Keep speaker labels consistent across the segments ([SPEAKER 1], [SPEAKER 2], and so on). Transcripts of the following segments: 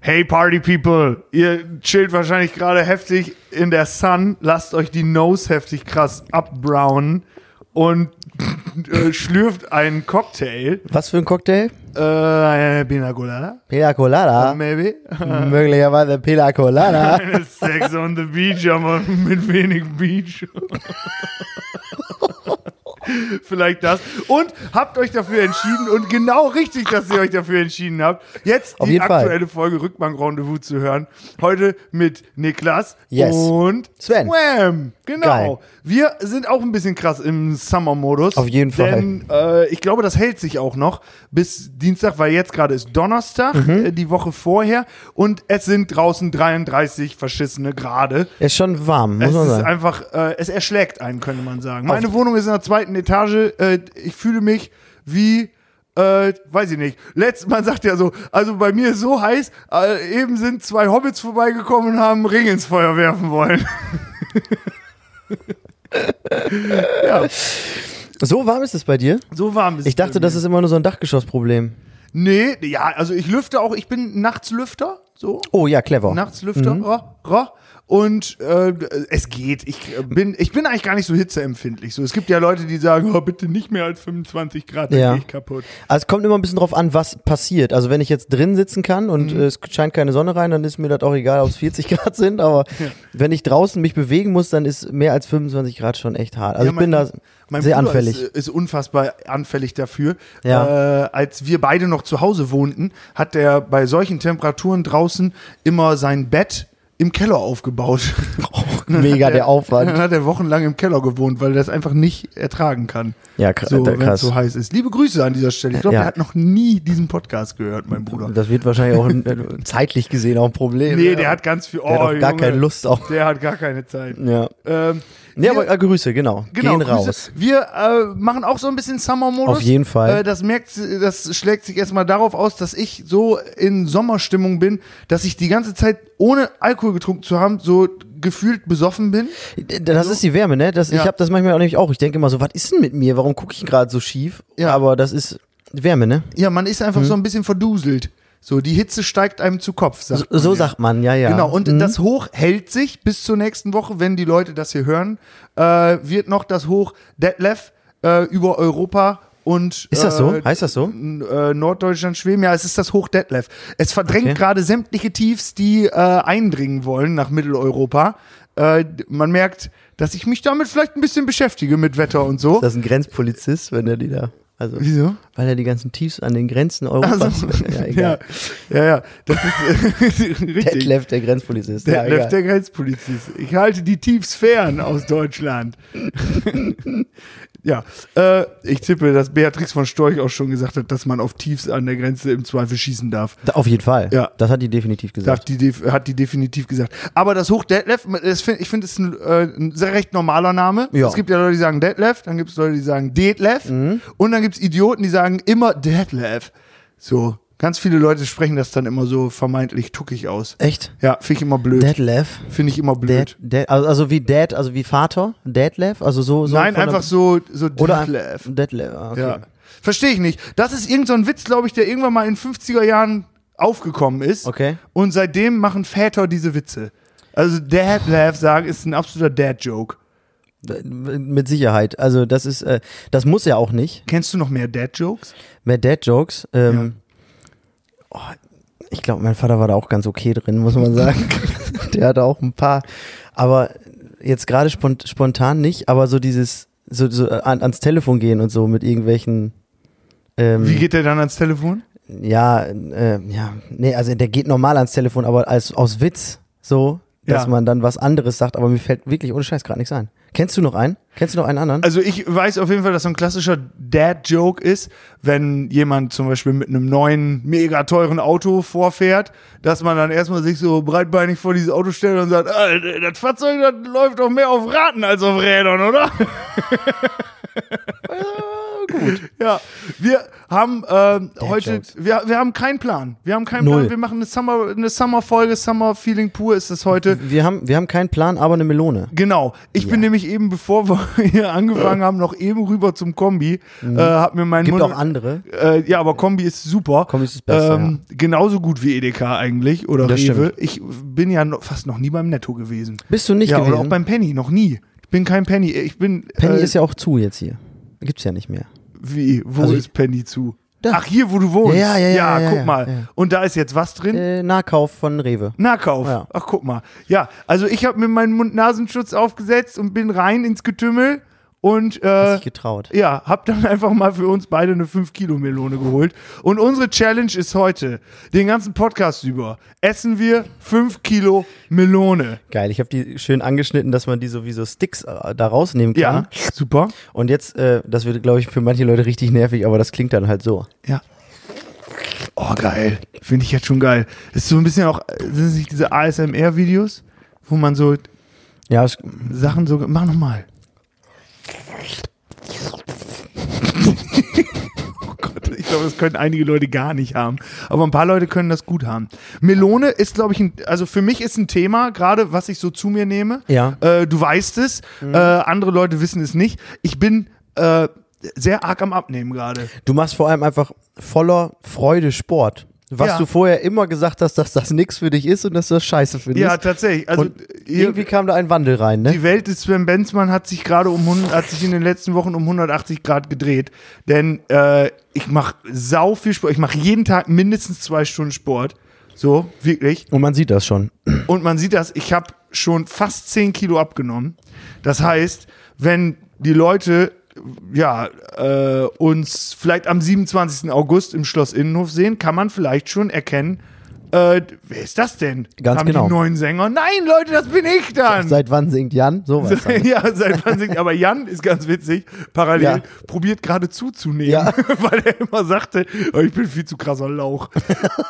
[SPEAKER 1] Hey Party People, ihr chillt wahrscheinlich gerade heftig in der Sun, lasst euch die Nose heftig krass abbrownen und äh, schlürft einen Cocktail.
[SPEAKER 2] Was für ein Cocktail?
[SPEAKER 1] Äh, Pina Colada,
[SPEAKER 2] Pina Colada.
[SPEAKER 1] maybe.
[SPEAKER 2] Möglicherweise Pina Colada.
[SPEAKER 1] Eine Sex on the Beach, aber mit wenig Beach. Vielleicht das. Und habt euch dafür entschieden und genau richtig, dass ihr euch dafür entschieden habt, jetzt
[SPEAKER 2] Auf
[SPEAKER 1] die
[SPEAKER 2] jeden Fall.
[SPEAKER 1] aktuelle Folge Rückbank Rendezvous zu hören. Heute mit Niklas
[SPEAKER 2] Yes.
[SPEAKER 1] und
[SPEAKER 2] Sven.
[SPEAKER 1] Swam. Genau.
[SPEAKER 2] Geil.
[SPEAKER 1] Wir sind auch ein bisschen krass im Summer-Modus.
[SPEAKER 2] Auf jeden Fall.
[SPEAKER 1] Denn äh, ich glaube, das hält sich auch noch bis Dienstag, weil jetzt gerade ist Donnerstag,
[SPEAKER 2] Mhm.
[SPEAKER 1] äh, die Woche vorher. Und es sind draußen 33 verschissene Grade.
[SPEAKER 2] Ist schon warm, muss
[SPEAKER 1] Es
[SPEAKER 2] man
[SPEAKER 1] ist
[SPEAKER 2] sagen.
[SPEAKER 1] einfach, äh, es erschlägt einen, könnte man sagen. Meine Wohnung ist in der zweiten Etage. Äh, ich fühle mich wie, äh, weiß ich nicht. Letzt, man sagt ja so, also bei mir ist so heiß, äh, eben sind zwei Hobbits vorbeigekommen und haben Ring ins Feuer werfen wollen.
[SPEAKER 2] So warm ist es bei dir?
[SPEAKER 1] So warm ist
[SPEAKER 2] Ich dachte, das ist immer nur so ein Dachgeschossproblem.
[SPEAKER 1] Nee, ja, also ich lüfte auch, ich bin Nachtslüfter, so.
[SPEAKER 2] Oh Mhm. ja, clever.
[SPEAKER 1] Nachtslüfter, ra, ra. Oh, Und äh, es geht. Ich äh, bin, ich bin eigentlich gar nicht so hitzeempfindlich. So, es gibt ja Leute, die sagen, oh, bitte nicht mehr als 25 Grad, dann
[SPEAKER 2] Ja.
[SPEAKER 1] geh ich kaputt.
[SPEAKER 2] Also es kommt immer ein bisschen drauf an, was passiert. Also wenn ich jetzt drin sitzen kann und
[SPEAKER 1] Mhm.
[SPEAKER 2] äh, es scheint keine Sonne rein, dann ist mir das auch egal, ob es 40 Grad sind. Aber wenn ich draußen mich bewegen muss, dann ist mehr als 25 Grad schon echt hart. Also
[SPEAKER 1] Ja,
[SPEAKER 2] ich bin da
[SPEAKER 1] mein
[SPEAKER 2] sehr
[SPEAKER 1] Bruder
[SPEAKER 2] anfällig.
[SPEAKER 1] Ist, ist unfassbar anfällig dafür.
[SPEAKER 2] Ja.
[SPEAKER 1] Äh, als wir beide noch zu Hause wohnten, hat er bei solchen Temperaturen draußen immer sein Bett im Keller aufgebaut.
[SPEAKER 2] Oh, Mega der
[SPEAKER 1] Dann
[SPEAKER 2] Aufwand.
[SPEAKER 1] hat er wochenlang im Keller gewohnt, weil er das einfach nicht ertragen kann.
[SPEAKER 2] Ja, kr-
[SPEAKER 1] so,
[SPEAKER 2] da-
[SPEAKER 1] wenn es
[SPEAKER 2] krass.
[SPEAKER 1] so heiß ist. Liebe Grüße an dieser Stelle. Ich glaube,
[SPEAKER 2] Ja.
[SPEAKER 1] er hat noch nie diesen Podcast gehört, mein Bruder.
[SPEAKER 2] Das wird wahrscheinlich auch äh, zeitlich gesehen auch ein Problem.
[SPEAKER 1] Nee,
[SPEAKER 2] Ja.
[SPEAKER 1] der hat ganz viel. Oh,
[SPEAKER 2] der hat auch gar
[SPEAKER 1] Junge,
[SPEAKER 2] keine Lust auch.
[SPEAKER 1] Der hat gar keine Zeit.
[SPEAKER 2] Ja.
[SPEAKER 1] Ähm,
[SPEAKER 2] Nee,
[SPEAKER 1] wir-
[SPEAKER 2] aber äh, Grüße, genau.
[SPEAKER 1] genau,
[SPEAKER 2] Gehen
[SPEAKER 1] Grüße.
[SPEAKER 2] raus.
[SPEAKER 1] Wir äh, machen auch so ein bisschen Summer-Modus.
[SPEAKER 2] Auf jeden Fall.
[SPEAKER 1] Äh, das merkt, das schlägt sich erstmal darauf aus, dass ich so in Sommerstimmung bin, dass ich die ganze Zeit, ohne Alkohol getrunken zu haben, so gefühlt besoffen bin.
[SPEAKER 2] Das ist die Wärme, ne? Das,
[SPEAKER 1] Ja.
[SPEAKER 2] Ich habe das manchmal auch nämlich auch. Ich denke immer so, was ist denn mit mir? Warum gucke ich gerade so schief? Ja. Aber das ist Wärme, ne?
[SPEAKER 1] Ja, man ist einfach so ein bisschen verduselt. So, die Hitze steigt einem zu Kopf. Sagt
[SPEAKER 2] So,
[SPEAKER 1] man
[SPEAKER 2] so
[SPEAKER 1] ja.
[SPEAKER 2] sagt man, ja, Mhm. ja. Hm.
[SPEAKER 1] Genau, und das Hoch hält sich bis zur nächsten Woche, wenn die Leute das hier hören, äh, wird noch das Hoch Detlef äh, über Europa und
[SPEAKER 2] Ist das so?
[SPEAKER 1] äh,
[SPEAKER 2] Heißt das so?
[SPEAKER 1] n- äh, Norddeutschland, Schweden, ja, es ist das Hoch Detlef. Es verdrängt
[SPEAKER 2] Okay.
[SPEAKER 1] gerade sämtliche Tiefs, die äh, eindringen wollen nach Mitteleuropa. Äh, man merkt, dass ich mich damit vielleicht ein bisschen beschäftige mit Wetter und so.
[SPEAKER 2] Das ist ein Grenzpolizist, wenn er die da. Also,
[SPEAKER 1] Wieso?
[SPEAKER 2] Weil er die ganzen Tiefs an den Grenzen Europas.
[SPEAKER 1] Also,
[SPEAKER 2] ja,
[SPEAKER 1] ja,
[SPEAKER 2] egal.
[SPEAKER 1] ja, ja, das ist äh, richtig.
[SPEAKER 2] Detlef, der Grenzpolizist.
[SPEAKER 1] Der,
[SPEAKER 2] ja,
[SPEAKER 1] ja,
[SPEAKER 2] egal.
[SPEAKER 1] der Grenzpolizist. Ich halte die Tiefs fern aus Deutschland. ja, äh, ich tippe, dass Beatrix von Storch auch schon gesagt hat, dass man auf Tiefs an der Grenze im Zweifel schießen darf.
[SPEAKER 2] Da- Auf jeden Fall.
[SPEAKER 1] Ja.
[SPEAKER 2] Das hat die definitiv gesagt.
[SPEAKER 1] Hat die, def- hat die definitiv gesagt. Aber das Hoch Detlef, das find, ich finde, es ist ein, äh, ein sehr recht normaler Name.
[SPEAKER 2] Ja. Mhm.
[SPEAKER 1] Es gibt ja Leute, die sagen Detlef, dann gibt es Leute, die sagen Detlef und dann gibt es Idioten, die sagen immer Detlef. So, ganz viele Leute sprechen das dann immer so vermeintlich tuckig aus.
[SPEAKER 2] Echt?
[SPEAKER 1] Ja, finde ich immer blöd.
[SPEAKER 2] Detlef?
[SPEAKER 1] Finde ich immer blöd.
[SPEAKER 2] Dad, Dad, also, also wie Dad, also wie Vater? Detlef? Also so. so
[SPEAKER 1] Nein,
[SPEAKER 2] von
[SPEAKER 1] einfach
[SPEAKER 2] der-
[SPEAKER 1] so, so
[SPEAKER 2] Oder ein-
[SPEAKER 1] Detlef.
[SPEAKER 2] Detlef. ah, Okay.
[SPEAKER 1] Ja. Verstehe ich nicht. Das ist irgendein so ein Witz, glaube ich, der irgendwann mal in den 50er Jahren aufgekommen ist.
[SPEAKER 2] Okay.
[SPEAKER 1] Und seitdem machen Väter diese Witze. Also Detlef sagen ist ein absoluter Dad-Joke.
[SPEAKER 2] Mit Sicherheit. Also das ist, äh, das muss ja auch nicht.
[SPEAKER 1] Kennst du noch mehr Dad-Jokes?
[SPEAKER 2] Mehr Dad-Jokes. Ähm, oh, ich glaube, mein Vater war da auch ganz okay drin, muss man sagen. Der hatte auch ein paar. Aber jetzt gerade spont spontan nicht, aber so dieses, so, so äh, an, ans Telefon gehen und so mit irgendwelchen. Ähm,
[SPEAKER 1] Wie geht der dann ans Telefon?
[SPEAKER 2] ja, äh, ja, nee, also der geht normal ans Telefon, aber als aus Witz so, dass
[SPEAKER 1] Ja.
[SPEAKER 2] man dann was anderes sagt, aber mir fällt wirklich ohne Scheiß gerade nichts ein. Kennst du noch einen? Kennst du noch einen anderen?
[SPEAKER 1] Also ich weiß auf jeden Fall, dass so ein klassischer Dad-Joke ist, wenn jemand zum Beispiel mit einem neuen, mega teuren Auto vorfährt, dass man dann erstmal sich so breitbeinig vor dieses Auto stellt und sagt, "Ah, das Fahrzeug das läuft doch mehr auf Raten als auf Rädern, oder? Gut. Ja, wir haben ähm, heute,
[SPEAKER 2] Jokes.
[SPEAKER 1] wir, wir haben keinen Plan. Wir haben keinen
[SPEAKER 2] Null.
[SPEAKER 1] Plan. Wir machen eine Summer, eine Summer-Folge, Summer-Feeling pur ist das heute.
[SPEAKER 2] Wir haben, wir haben keinen Plan, aber eine Melone.
[SPEAKER 1] Genau. Ich bin nämlich eben, bevor wir hier angefangen haben, noch eben rüber zum Kombi, äh, hab mir meinen
[SPEAKER 2] Äh. Mhm. Gibt
[SPEAKER 1] Mund-
[SPEAKER 2] auch andere.
[SPEAKER 1] äh, ja, aber Kombi ist super. Ähm,
[SPEAKER 2] Kombi ist das Beste,
[SPEAKER 1] Genauso gut wie Edeka eigentlich oder
[SPEAKER 2] Das
[SPEAKER 1] Rewe. Ich bin ja noch, fast noch nie beim Netto gewesen.
[SPEAKER 2] Bist du nicht
[SPEAKER 1] ja,
[SPEAKER 2] gewesen?
[SPEAKER 1] oder auch beim Penny, noch nie. Ich bin kein Penny. Ich bin.
[SPEAKER 2] Penny
[SPEAKER 1] äh,
[SPEAKER 2] ist ja auch zu jetzt hier. Gibt's ja nicht mehr.
[SPEAKER 1] Wie? Wo
[SPEAKER 2] Also
[SPEAKER 1] ist Penny zu?
[SPEAKER 2] Da.
[SPEAKER 1] Ach, hier, wo du wohnst.
[SPEAKER 2] Ja, ja, ja, ja, ja,
[SPEAKER 1] guck
[SPEAKER 2] ja,
[SPEAKER 1] mal.
[SPEAKER 2] ja.
[SPEAKER 1] Und da ist jetzt was drin?
[SPEAKER 2] Äh, Nahkauf von Rewe.
[SPEAKER 1] Nahkauf.
[SPEAKER 2] Ja.
[SPEAKER 1] Ach, guck mal. Ja, also ich habe mir meinen Mund-Nasenschutz aufgesetzt und bin rein ins Getümmel und äh,
[SPEAKER 2] Sich getraut.
[SPEAKER 1] ja, hab dann einfach mal für uns beide eine 5-Kilo-Melone geholt. Und unsere Challenge ist heute, den ganzen Podcast über, essen wir 5 Kilo Melone.
[SPEAKER 2] Geil, ich habe die schön angeschnitten, dass man die so wie so Sticks äh, da rausnehmen kann.
[SPEAKER 1] Ja, super.
[SPEAKER 2] Und jetzt, äh, das wird, glaube ich, für manche Leute richtig nervig, aber das klingt dann halt so.
[SPEAKER 1] Ja. Oh, geil. Finde ich jetzt schon geil. Ist so ein bisschen auch, äh, sind es nicht diese ASMR-Videos, wo man so
[SPEAKER 2] Ja, es,
[SPEAKER 1] Sachen so. Mach nochmal. oh Gott, ich glaube, das können einige Leute gar nicht haben. Aber ein paar Leute können das gut haben. Melone ist, glaube ich, ein, also für mich ist ein Thema, gerade was ich so zu mir nehme.
[SPEAKER 2] Ja.
[SPEAKER 1] Äh, du weißt es. Äh, andere Leute wissen es nicht. Ich bin äh, sehr arg am Abnehmen gerade.
[SPEAKER 2] du machst vor allem einfach voller Freude Sport. Was
[SPEAKER 1] Ja.
[SPEAKER 2] du vorher immer gesagt hast, dass das nichts für dich ist und dass du das scheiße findest.
[SPEAKER 1] Ja, tatsächlich. Also
[SPEAKER 2] und
[SPEAKER 1] ihr-
[SPEAKER 2] irgendwie kam da ein Wandel rein, ne?
[SPEAKER 1] Die Welt des Sven Benzmann hat sich gerade um 100, hat sich in den letzten Wochen um 180 Grad gedreht, denn äh, ich mache sau viel Sport. Ich mache jeden Tag mindestens zwei Stunden Sport, so wirklich.
[SPEAKER 2] Und man sieht das schon.
[SPEAKER 1] Und man sieht das. Ich habe schon fast 10 Kilo abgenommen. Das heißt, wenn die Leute ja äh, uns vielleicht am 27. August im Schloss Innenhof sehen, kann man vielleicht schon erkennen. Äh, wer ist das denn?
[SPEAKER 2] Ganz
[SPEAKER 1] Haben
[SPEAKER 2] genau.
[SPEAKER 1] die neuen Sänger? Nein, Leute, das bin ich dann.
[SPEAKER 2] Seit wann singt Jan? So was. halt.
[SPEAKER 1] Ja, seit wann singt. Aber Jan ist ganz witzig. Parallel
[SPEAKER 2] Ja.
[SPEAKER 1] probiert gerade zuzunehmen,
[SPEAKER 2] Ja.
[SPEAKER 1] weil er immer sagte, oh, ich bin viel zu krasser Lauch.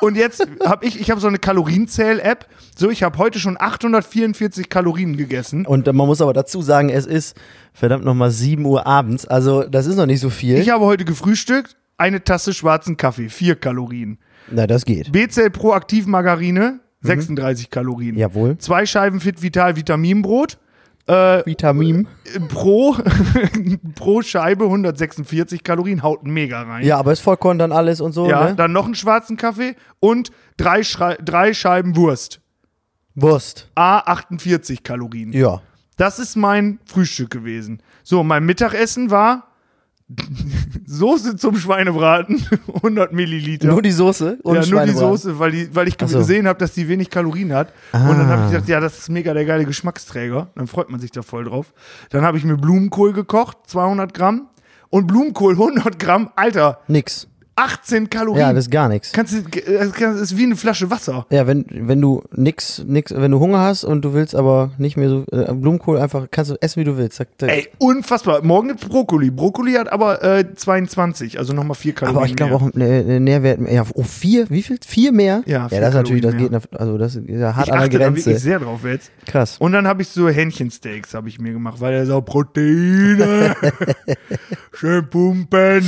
[SPEAKER 1] Und jetzt habe ich, ich habe so eine Kalorienzähl-App. So, ich habe heute schon 844 Kalorien gegessen.
[SPEAKER 2] Und man muss aber dazu sagen, es ist verdammt nochmal 7 Uhr abends. Also, das ist noch nicht so viel.
[SPEAKER 1] Ich habe heute gefrühstückt, eine Tasse schwarzen Kaffee, 4 Kalorien.
[SPEAKER 2] Na, das geht.
[SPEAKER 1] B-Zell Proaktiv Margarine, 36 Kalorien.
[SPEAKER 2] Mhm. Jawohl.
[SPEAKER 1] Zwei Scheiben Fit Vital Vitaminbrot. Äh,
[SPEAKER 2] Vitamin.
[SPEAKER 1] pro, pro Scheibe 146 Kalorien, haut mega rein.
[SPEAKER 2] Ja, aber ist Vollkorn dann alles und so,
[SPEAKER 1] Ja,
[SPEAKER 2] ne?
[SPEAKER 1] dann noch einen schwarzen Kaffee und drei, Schrei drei Scheiben Wurst.
[SPEAKER 2] Wurst.
[SPEAKER 1] A 48 Kalorien.
[SPEAKER 2] Ja.
[SPEAKER 1] Das ist mein Frühstück gewesen. So, mein Mittagessen war Soße zum Schweinebraten, 100 Milliliter.
[SPEAKER 2] Nur die Soße und
[SPEAKER 1] ja, nur die
[SPEAKER 2] Schweinebraten.
[SPEAKER 1] Soße, weil, die, weil ich ge-
[SPEAKER 2] so. Ah.
[SPEAKER 1] gesehen habe, dass die wenig Kalorien hat. Und dann habe ich gedacht, ja, das ist mega der geile Geschmacksträger. Dann freut man sich da voll drauf. Dann habe ich mir Blumenkohl gekocht, 200 Gramm. Und Blumenkohl 100 Gramm, Alter,
[SPEAKER 2] Nix. 18
[SPEAKER 1] Kalorien.
[SPEAKER 2] Ja, das ist gar nichts.
[SPEAKER 1] Kannst du, das kann- das ist wie eine Flasche Wasser.
[SPEAKER 2] Ja, wenn, wenn du nix, nix, wenn du Hunger hast und du willst aber nicht mehr so, äh, Blumenkohl einfach, kannst du essen, wie du willst. Zack, zack.
[SPEAKER 1] Ey, unfassbar. Morgen gibt's Brokkoli. Brokkoli hat aber äh, 22, also nochmal 4 Kalorien.
[SPEAKER 2] aber ich glaube
[SPEAKER 1] mehr.
[SPEAKER 2] auch äh, Nährwert, ja, oh, vier, wie viel? Vier mehr?
[SPEAKER 1] Ja, vier
[SPEAKER 2] ja das ist natürlich, das
[SPEAKER 1] Kalorien
[SPEAKER 2] geht, nach- also das ist ja hart
[SPEAKER 1] ich
[SPEAKER 2] an der
[SPEAKER 1] achte da wirklich
[SPEAKER 2] Grenze.
[SPEAKER 1] sehr drauf jetzt.
[SPEAKER 2] Krass.
[SPEAKER 1] Und dann habe ich so Hähnchensteaks habe ich mir gemacht, weil er so Proteine, schön pumpen.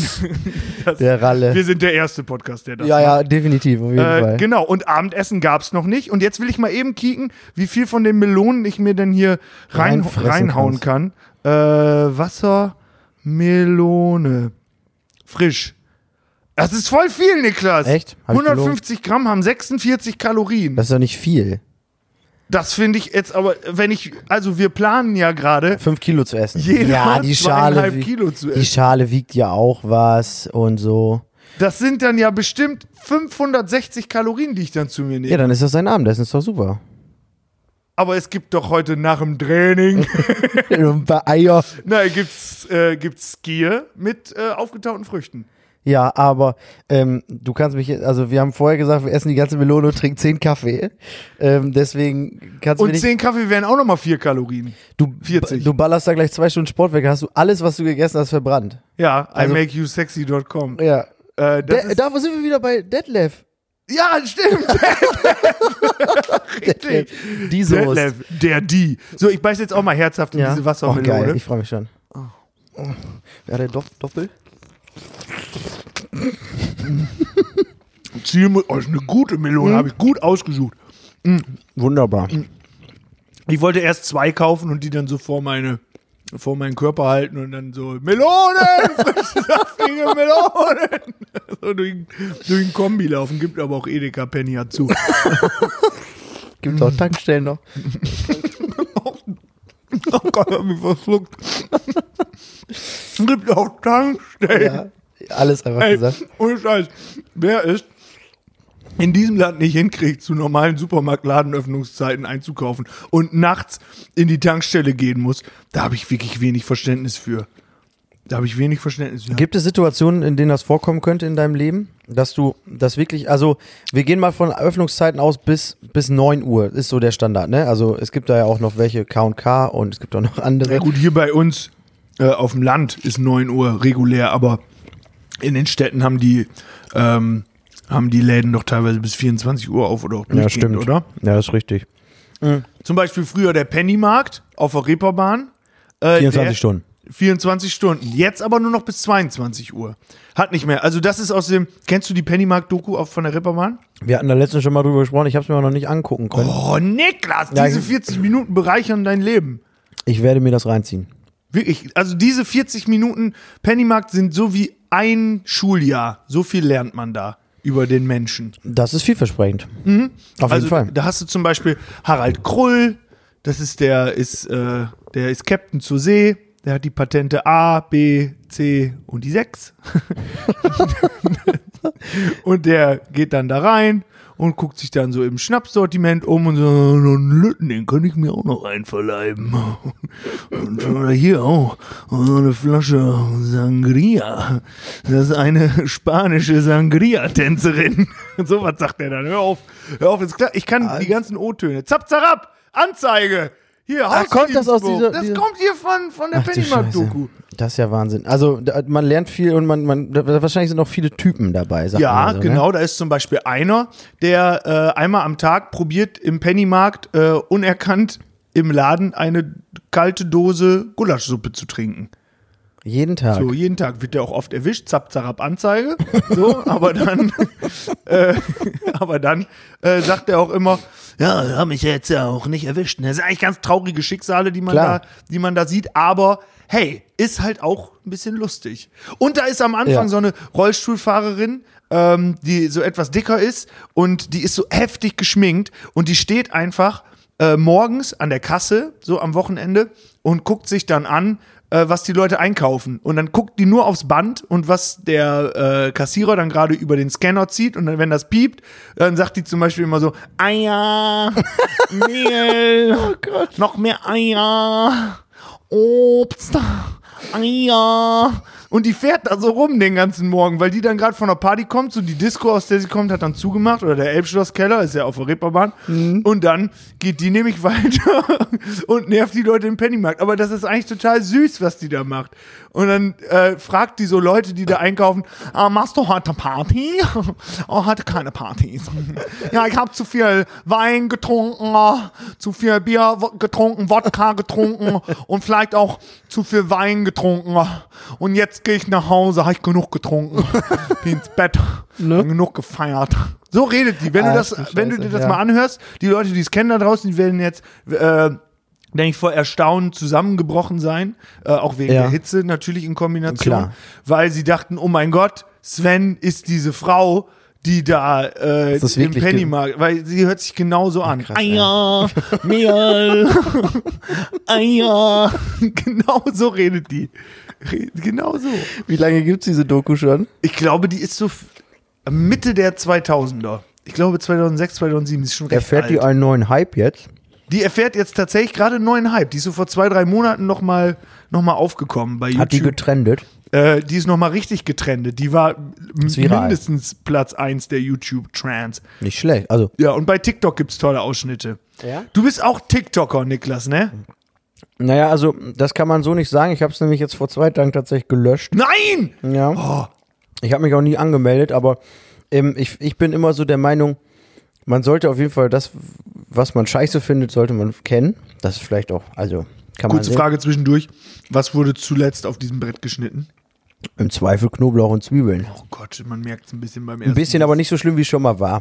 [SPEAKER 1] Das,
[SPEAKER 2] Der Ralle.
[SPEAKER 1] Wir sind der erste Podcast, der das
[SPEAKER 2] Ja,
[SPEAKER 1] macht.
[SPEAKER 2] ja, definitiv, auf jeden
[SPEAKER 1] Äh,
[SPEAKER 2] Fall.
[SPEAKER 1] genau, und Abendessen gab's noch nicht. Und jetzt will ich mal eben kicken, wie viel von den Melonen ich mir denn hier rein,
[SPEAKER 2] Reinfressen
[SPEAKER 1] reinhauen kann. Äh, Wasser, Melone. Frisch. Das ist voll viel, Niklas.
[SPEAKER 2] Echt? Hab ich gelogen?
[SPEAKER 1] 150 Gramm haben 46 Kalorien. Das,
[SPEAKER 2] Das ist doch nicht viel.
[SPEAKER 1] finde ich jetzt aber, wenn ich, also wir planen ja gerade.
[SPEAKER 2] Fünf Kilo zu essen.
[SPEAKER 1] Jeder
[SPEAKER 2] ja, die Schale,
[SPEAKER 1] zweieinhalb
[SPEAKER 2] wiegt-
[SPEAKER 1] Kilo zu
[SPEAKER 2] die
[SPEAKER 1] essen.
[SPEAKER 2] Schale wiegt ja auch was und so.
[SPEAKER 1] Das sind dann ja bestimmt 560 Kalorien, die ich dann zu mir nehme.
[SPEAKER 2] Ja, dann ist das dein Abendessen, ist doch super.
[SPEAKER 1] Aber es gibt doch heute nach dem Training
[SPEAKER 2] Ein paar Eier.
[SPEAKER 1] Nein, gibt's, äh, gibt's Skier mit äh, aufgetauten Früchten.
[SPEAKER 2] Also Ja, aber ähm, du kannst mich, also wir haben vorher gesagt, wir essen die ganze Melone und trinken zehn Kaffee. Ähm, deswegen kannst du mir
[SPEAKER 1] Und
[SPEAKER 2] nicht,
[SPEAKER 1] 10 Kaffee wären auch nochmal 4 Kalorien.
[SPEAKER 2] du,
[SPEAKER 1] 40.
[SPEAKER 2] du ballerst da gleich zwei Stunden Sport weg, hast du alles, was du gegessen hast, verbrannt.
[SPEAKER 1] Ja,
[SPEAKER 2] Also-
[SPEAKER 1] imakeyousexy.com.
[SPEAKER 2] Ja.
[SPEAKER 1] Äh, das
[SPEAKER 2] De
[SPEAKER 1] ist,
[SPEAKER 2] da sind wir wieder bei Detlef.
[SPEAKER 1] ja, stimmt. Richtig.
[SPEAKER 2] Die Soße.
[SPEAKER 1] Detlef, der, die. So, ich beiß jetzt auch mal herzhaft in diese
[SPEAKER 2] oh, geil,
[SPEAKER 1] Wassermelone.
[SPEAKER 2] ich freue mich schon. Ja, der Dopp Doppel.
[SPEAKER 1] Ziel muss. Oh, ist eine gute Melone,
[SPEAKER 2] Hm?
[SPEAKER 1] habe ich gut ausgesucht.
[SPEAKER 2] Wunderbar.
[SPEAKER 1] Ich wollte erst zwei kaufen und die dann so vor meine vor meinen Körper halten und dann so Melonen, frische saftige Melonen. So durch, durch den Kombi laufen, gibt aber auch Edeka Penny hat zu.
[SPEAKER 2] Gibt auch Tankstellen noch.
[SPEAKER 1] Oh Gott, hab mich verschluckt. gibt auch Tankstellen.
[SPEAKER 2] Ja, alles einfach
[SPEAKER 1] Ey,
[SPEAKER 2] gesagt.
[SPEAKER 1] ohne Scheiß. Wer es in diesem Land nicht hinkriegt, zu normalen Supermarktladenöffnungszeiten einzukaufen und nachts in die Tankstelle gehen muss, da habe ich wirklich wenig Verständnis für. Da habe ich wenig Verständnis für.
[SPEAKER 2] Gibt es Situationen, in denen das vorkommen könnte in deinem Leben? Dass du das wirklich, also wir gehen mal von Öffnungszeiten aus bis, bis 9 Uhr, ist so der Standard, ne? Also es gibt da ja auch noch welche K&K und es gibt auch noch
[SPEAKER 1] Ja,
[SPEAKER 2] andere.
[SPEAKER 1] gut, hier bei uns äh, auf dem Land ist 9 Uhr regulär, aber in den Städten haben die, ähm, haben die Läden doch teilweise bis 24 Uhr auf oder auch durchgehend, oder?
[SPEAKER 2] Ja, das ist richtig.
[SPEAKER 1] Zum Beispiel früher der Pennymarkt auf der Reeperbahn. äh,
[SPEAKER 2] 24
[SPEAKER 1] der-
[SPEAKER 2] Stunden.
[SPEAKER 1] 24 Stunden. Jetzt aber nur noch bis 22 Uhr. Hat nicht mehr. Also das ist aus dem. Kennst du die Pennymarkt-Doku auf- von der Ripperbahn?
[SPEAKER 2] Wir hatten da letztens schon mal drüber gesprochen, ich habe es mir auch noch nicht angucken können.
[SPEAKER 1] Oh, Niklas,
[SPEAKER 2] Ja,
[SPEAKER 1] diese
[SPEAKER 2] ich-
[SPEAKER 1] 40 Minuten bereichern dein Leben.
[SPEAKER 2] Ich werde mir das reinziehen.
[SPEAKER 1] Wirklich. Also diese 40 Minuten Pennymarkt sind so wie ein Schuljahr. So viel lernt man da über den Menschen.
[SPEAKER 2] Das ist vielversprechend. Auf
[SPEAKER 1] also,
[SPEAKER 2] jeden Fall.
[SPEAKER 1] Da hast du zum Beispiel Harald Krull, das ist der, ist, äh, der ist Captain zur See, der hat die Patente A, B, C und die 6. und der geht dann da rein und guckt sich dann so im Schnapssortiment um und so, so einen Lütten, den kann ich mir auch noch einverleiben. Und oder hier auch und so eine Flasche Sangria. Das ist eine spanische Sangria-Tänzerin. So was sagt er dann. Hör auf, hör auf, ist klar. Ich kann die ganzen O-Töne. Zapp, zarab, Anzeige. Hier,
[SPEAKER 2] Ach, Ah, kommt das aus
[SPEAKER 1] Hausdienstbuch.
[SPEAKER 2] dieser-
[SPEAKER 1] Das
[SPEAKER 2] dieser-
[SPEAKER 1] kommt hier von, von der
[SPEAKER 2] Ach du
[SPEAKER 1] Pennymarkt-Doku.
[SPEAKER 2] Scheiße. Das ist ja Wahnsinn. Also da, man lernt viel und man, man da, wahrscheinlich sind auch viele Typen dabei. Sagt
[SPEAKER 1] Ja,
[SPEAKER 2] man so, ne?
[SPEAKER 1] genau. Da ist zum Beispiel einer, der äh, einmal am Tag probiert im Pennymarkt äh, unerkannt im Laden eine kalte Dose Gulaschsuppe zu trinken.
[SPEAKER 2] Ne? Jeden Tag.
[SPEAKER 1] So, jeden Tag wird der auch oft erwischt, zapp, zarab, Anzeige. So, aber dann, äh, aber dann äh, sagt er auch immer, ja, habe mich jetzt ja auch nicht erwischt. Das sind eigentlich ganz traurige Schicksale, die man,
[SPEAKER 2] Klar.
[SPEAKER 1] da, die man da sieht, aber hey, ist halt auch ein bisschen lustig. Und da ist am Anfang
[SPEAKER 2] Ja.
[SPEAKER 1] so eine Rollstuhlfahrerin, ähm, die so etwas dicker ist und die ist so heftig geschminkt und die steht einfach äh, morgens an der Kasse, so am Wochenende, und guckt sich dann an, äh, was die Leute einkaufen. Und dann guckt die nur aufs Band und was der äh, Kassierer dann gerade über den Scanner zieht. Und dann, wenn das piept, dann sagt die zum Beispiel immer so: Eier, Mehl, noch mehr Eier, Obst, Eier. Und die fährt da so rum den ganzen Morgen, weil die dann gerade von einer Party kommt, so die Disco, aus der sie kommt, hat dann zugemacht, oder der Elbschlosskeller, ist ja auf der Reeperbahn. Und dann geht die nämlich weiter und nervt die Leute im Pennymarkt. Aber das ist eigentlich total süß, was die da macht. Und dann äh, fragt die so Leute, die da einkaufen, ah, machst du heute Party? Oh, hatte keine Partys. Ja, ich habe zu viel Wein getrunken, ah, zu viel Bier wo- getrunken, Wodka getrunken und vielleicht auch zu viel Wein getrunken. oh. Und jetzt gehe ich nach Hause, habe ich genug getrunken, bin ins Bett, hab genug gefeiert. So redet die. Wenn du
[SPEAKER 2] Ne? Ach,
[SPEAKER 1] das,
[SPEAKER 2] du Scheiße,
[SPEAKER 1] wenn du dir das
[SPEAKER 2] ja.
[SPEAKER 1] mal anhörst, die Leute, die es kennen da draußen, die werden jetzt äh, denke ich, vor Erstaunen zusammengebrochen sein, äh, auch wegen
[SPEAKER 2] Ja.
[SPEAKER 1] der Hitze natürlich in Kombination,
[SPEAKER 2] Klar.
[SPEAKER 1] weil sie dachten, oh mein Gott, Sven ist diese Frau, die da äh,
[SPEAKER 2] das
[SPEAKER 1] im
[SPEAKER 2] wirklich ge-
[SPEAKER 1] Pennymarkt, weil sie hört sich genauso an.
[SPEAKER 2] krass,
[SPEAKER 1] Eier, Mehl, Eier. genau so redet die. Re- Genau so.
[SPEAKER 2] Wie lange gibt es diese Doku schon?
[SPEAKER 1] Ich glaube, die ist so f- Mitte der 2000er. Ich glaube 2006, 2007, die ist schon recht
[SPEAKER 2] Erfährt
[SPEAKER 1] alt.
[SPEAKER 2] die einen neuen Hype jetzt?
[SPEAKER 1] Die erfährt jetzt tatsächlich gerade einen neuen Hype. Die ist so vor zwei, drei Monaten nochmal noch mal aufgekommen bei
[SPEAKER 2] Hat die
[SPEAKER 1] YouTube.
[SPEAKER 2] getrendet?
[SPEAKER 1] Die, äh, die ist nochmal richtig getrendet. Die war m-
[SPEAKER 2] viral.
[SPEAKER 1] mindestens Platz 1 der YouTube-Trends.
[SPEAKER 2] Nicht schlecht. Also
[SPEAKER 1] Ja, und bei TikTok gibt's tolle Ausschnitte.
[SPEAKER 2] Ja? Hm.
[SPEAKER 1] Du bist auch TikToker, Niklas, ne?
[SPEAKER 2] Naja, also das kann man so nicht sagen. Ich habe es nämlich jetzt vor zwei Tagen tatsächlich gelöscht.
[SPEAKER 1] Nein!
[SPEAKER 2] Ja. Ich habe mich auch nie angemeldet, aber ähm, ich, ich bin immer so der Meinung, man sollte auf jeden Fall das, was man scheiße findet, sollte man kennen. Das ist vielleicht auch, also kann man
[SPEAKER 1] Kurze
[SPEAKER 2] sehen.
[SPEAKER 1] Frage zwischendurch. Was wurde zuletzt auf diesem Brett geschnitten?
[SPEAKER 2] Im Zweifel Knoblauch und Zwiebeln.
[SPEAKER 1] Oh Gott, man merkt es ein bisschen beim ersten
[SPEAKER 2] Ein bisschen, aber nicht so schlimm, wie es schon mal war.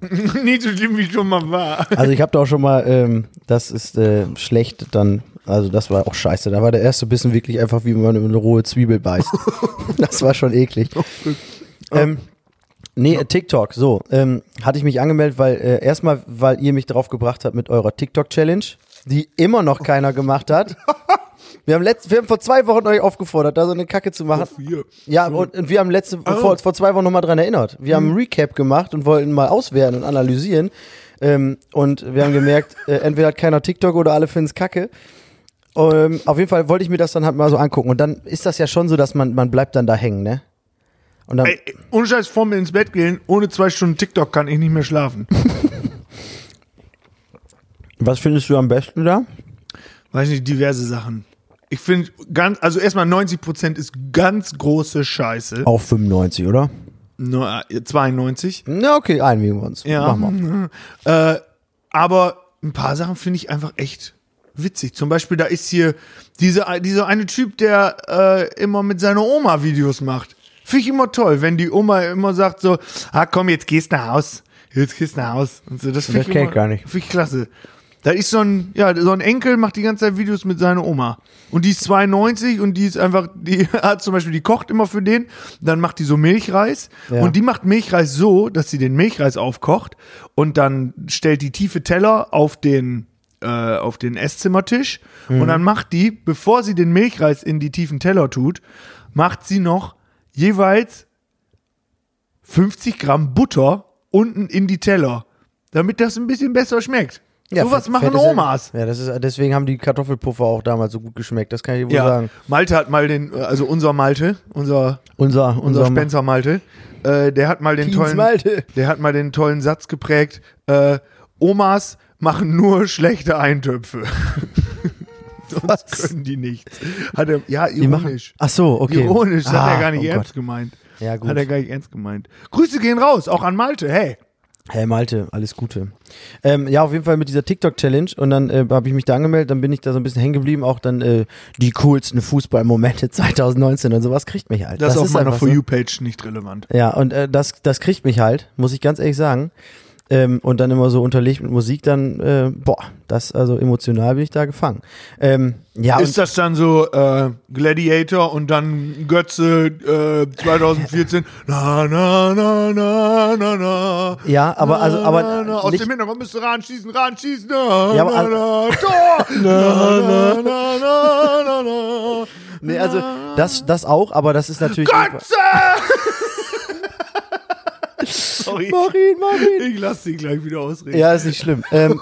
[SPEAKER 1] Mal. Nicht so schlimm, wie schon mal war.
[SPEAKER 2] Also ich habe da auch schon mal, ähm, das ist äh, schlecht, dann, also das war auch scheiße. Da war der erste Bissen wirklich einfach, wie wenn man in eine rohe Zwiebel beißt. das war schon eklig. Ähm, nee, äh, TikTok, so. Ähm, hatte ich mich angemeldet, weil äh, erstmal, weil ihr mich drauf gebracht habt mit eurer TikTok-Challenge, die immer noch keiner gemacht hat. Wir haben, letzt, wir haben vor zwei Wochen euch aufgefordert, da so eine Kacke zu machen.
[SPEAKER 1] Vier.
[SPEAKER 2] Ja, und, und wir haben letzte vor, vor zwei Wochen nochmal dran erinnert. Wir
[SPEAKER 1] Hm.
[SPEAKER 2] haben ein Recap gemacht und wollten mal auswerten und analysieren. Ähm, und wir haben gemerkt, äh, entweder hat keiner TikTok oder alle finden's Kacke. Ähm, auf jeden Fall wollte ich mir das dann halt mal so angucken. Und dann ist das ja schon so, dass man, man bleibt dann da hängen, ne? Und dann,
[SPEAKER 1] Ey, ohne Scheiß, vor mir ins Bett gehen, ohne zwei Stunden TikTok kann ich nicht mehr schlafen.
[SPEAKER 2] was findest du am besten da?
[SPEAKER 1] Weiß nicht, diverse Sachen. Ich finde ganz, also erstmal 90% ist ganz große Scheiße.
[SPEAKER 2] Auch 95, oder?
[SPEAKER 1] Nur, äh, 92.
[SPEAKER 2] Na, okay, einigen wir uns.
[SPEAKER 1] Ja.
[SPEAKER 2] Machen wir.
[SPEAKER 1] Äh, aber ein paar Sachen finde ich einfach echt witzig. Zum Beispiel, da ist hier diese, dieser eine Typ, der äh, immer mit seiner Oma Videos macht. Finde ich immer toll, wenn die Oma immer sagt so, ah komm, jetzt gehst nach Haus. Jetzt gehst nach Haus. Und so, das finde
[SPEAKER 2] Das
[SPEAKER 1] ich,
[SPEAKER 2] kenn ich
[SPEAKER 1] immer-
[SPEAKER 2] gar nicht.
[SPEAKER 1] Finde ich klasse. Da ist so ein, ja, so ein Enkel macht die ganze Zeit Videos mit seiner Oma. Und die ist 92 und die ist einfach, die hat zum Beispiel, die kocht immer für den, dann macht die so Milchreis.
[SPEAKER 2] Ja.
[SPEAKER 1] Und die macht Milchreis so, dass sie den Milchreis aufkocht und dann stellt die tiefe Teller auf den, äh, auf den Esszimmertisch. Und dann macht die, bevor sie den Milchreis in die tiefen Teller tut, macht sie noch jeweils 50 Gramm Butter unten in die Teller, damit das ein bisschen besser schmeckt.
[SPEAKER 2] Ja,
[SPEAKER 1] so was
[SPEAKER 2] fett-
[SPEAKER 1] machen
[SPEAKER 2] fett ist ja-
[SPEAKER 1] Omas.
[SPEAKER 2] Ja, das ist, deswegen haben die Kartoffelpuffer auch damals so gut geschmeckt, das kann ich dir wohl
[SPEAKER 1] Ja,
[SPEAKER 2] sagen.
[SPEAKER 1] Malte hat mal den, also unser Malte, unser,
[SPEAKER 2] Unser,
[SPEAKER 1] unser Spencer Malte, äh, der hat mal den
[SPEAKER 2] Piens
[SPEAKER 1] tollen,
[SPEAKER 2] Malte.
[SPEAKER 1] der hat mal den tollen Satz geprägt, äh, Omas machen nur schlechte Eintöpfe.
[SPEAKER 2] Was?
[SPEAKER 1] Können die nichts. Hat er, ja,
[SPEAKER 2] Die machen.
[SPEAKER 1] ironisch.
[SPEAKER 2] Ach so, okay.
[SPEAKER 1] Ironisch, das hat
[SPEAKER 2] Ah,
[SPEAKER 1] er gar nicht
[SPEAKER 2] oh Gott.
[SPEAKER 1] ernst gemeint.
[SPEAKER 2] Ja, gut.
[SPEAKER 1] Hat er gar nicht ernst gemeint. Grüße gehen raus, auch an Malte, hey.
[SPEAKER 2] Hey Malte, alles Gute. Ähm, ja, auf jeden Fall mit dieser TikTok-Challenge und dann äh, habe ich mich da angemeldet, dann bin ich da so ein bisschen hängen geblieben, auch dann äh, die coolsten Fußballmomente 2019 und sowas kriegt mich halt.
[SPEAKER 1] Das, ist auf meiner
[SPEAKER 2] einfach
[SPEAKER 1] For
[SPEAKER 2] so.
[SPEAKER 1] You-Page nicht relevant.
[SPEAKER 2] Ja, und äh, das, das kriegt mich halt, muss ich ganz ehrlich sagen. Ähm, und dann immer so unterlegt mit Musik, dann, äh, boah, das, also emotional bin ich da gefangen. Ähm, ja, und
[SPEAKER 1] Ist das dann so äh, Gladiator und dann Götze äh, 2014? Na, na, na, na, na, na.
[SPEAKER 2] Ja, aber- also- aber
[SPEAKER 1] Na, na, aus
[SPEAKER 2] nicht-
[SPEAKER 1] dem Hintergrund müsst ihr ran schießen, ran schießen. Na,
[SPEAKER 2] Ja,
[SPEAKER 1] ja,
[SPEAKER 2] aber- also
[SPEAKER 1] aber, na, na, Tor! na, na, na, na, na, na.
[SPEAKER 2] nee, also das, das auch, aber das ist natürlich.
[SPEAKER 1] Götze! Sorry,
[SPEAKER 2] Marin, Marin!
[SPEAKER 1] ich lass sie gleich wieder ausreden.
[SPEAKER 2] Ja, ist nicht schlimm. ähm,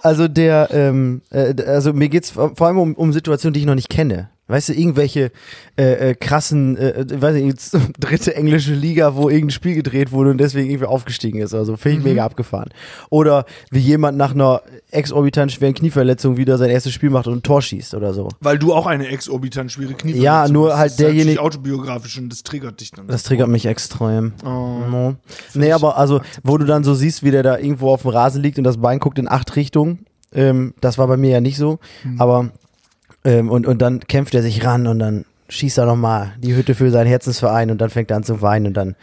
[SPEAKER 2] also der, ähm, äh, also mir geht's vor vor allem um, um Situationen, die ich noch nicht kenne. Weißt du, irgendwelche äh, äh, krassen, äh, äh, weiß ich nicht, jetzt dritte englische Liga, wo irgendein Spiel gedreht wurde und deswegen irgendwie aufgestiegen ist. Also finde ich mega abgefahren. Oder wie jemand nach einer exorbitant schweren Knieverletzung wieder sein erstes Spiel macht und ein Tor schießt oder so.
[SPEAKER 1] Weil du auch eine exorbitant schwere Knieverletzung
[SPEAKER 2] Ja, nur
[SPEAKER 1] hast.
[SPEAKER 2] halt
[SPEAKER 1] Das ist natürlich
[SPEAKER 2] derjenige-
[SPEAKER 1] autobiografisch und das triggert dich dann.
[SPEAKER 2] Das triggert mich extrem.
[SPEAKER 1] Oh.
[SPEAKER 2] No. Nee, aber also, wo du dann so siehst, wie der da irgendwo auf dem Rasen liegt und das Bein guckt in acht Richtungen, ähm, das war bei mir ja nicht so.
[SPEAKER 1] Hm.
[SPEAKER 2] Aber ähm, und, und dann kämpft er sich ran und dann schießt er nochmal die Hütte für seinen Herzensverein und dann fängt er an zu weinen und dann.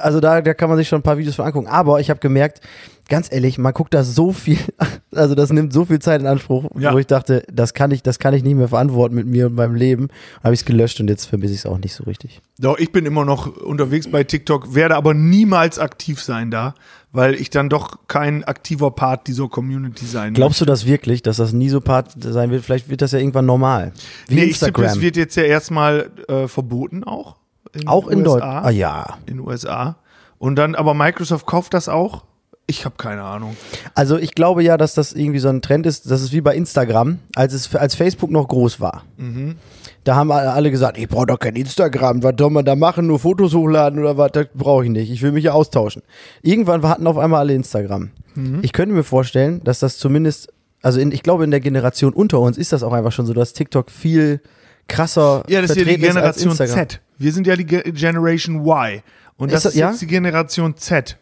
[SPEAKER 2] Also da, da kann man sich schon ein paar Videos von angucken. Aber ich habe gemerkt, ganz ehrlich, man guckt da so viel, also das nimmt so viel Zeit in Anspruch,
[SPEAKER 1] Ja.
[SPEAKER 2] wo ich dachte, das kann ich, das kann ich nicht mehr verantworten mit mir und meinem Leben. Habe ich es gelöscht und jetzt vermisse ich es auch nicht so richtig.
[SPEAKER 1] Doch, ich bin immer noch unterwegs bei TikTok, werde aber niemals aktiv sein da, weil ich dann doch kein aktiver Part dieser Community sein
[SPEAKER 2] Glaubst du das wirklich, dass das nie so Part sein wird? Vielleicht wird das ja irgendwann normal. Wie
[SPEAKER 1] nee,
[SPEAKER 2] Instagram.
[SPEAKER 1] Ich tippe, es wird jetzt ja erstmal äh, verboten auch. In
[SPEAKER 2] auch in Deutschland.
[SPEAKER 1] USA,
[SPEAKER 2] Ah ja.
[SPEAKER 1] In den USA. Und dann, aber Microsoft kauft das auch. Ich habe keine Ahnung.
[SPEAKER 2] Also ich glaube ja, dass das irgendwie so ein Trend ist. Das ist wie bei Instagram, als es als Facebook noch groß war.
[SPEAKER 1] Mhm.
[SPEAKER 2] Da haben alle alle gesagt, ich brauche doch kein Instagram. Was soll man da machen? Nur Fotos hochladen oder was? Das brauche ich nicht. Ich will mich ja austauschen. Irgendwann hatten auf einmal alle Instagram.
[SPEAKER 1] Mhm.
[SPEAKER 2] Ich könnte mir vorstellen, dass das zumindest, also in, ich glaube in der Generation unter uns ist das auch einfach schon so, dass TikTok viel krasser
[SPEAKER 1] Ja, das ist ja die
[SPEAKER 2] vertreten ist als
[SPEAKER 1] Generation
[SPEAKER 2] Instagram.
[SPEAKER 1] Z. Wir sind ja die Ge Generation Y. Und
[SPEAKER 2] Ist
[SPEAKER 1] das
[SPEAKER 2] das-
[SPEAKER 1] ist
[SPEAKER 2] ja?
[SPEAKER 1] jetzt die Generation Z.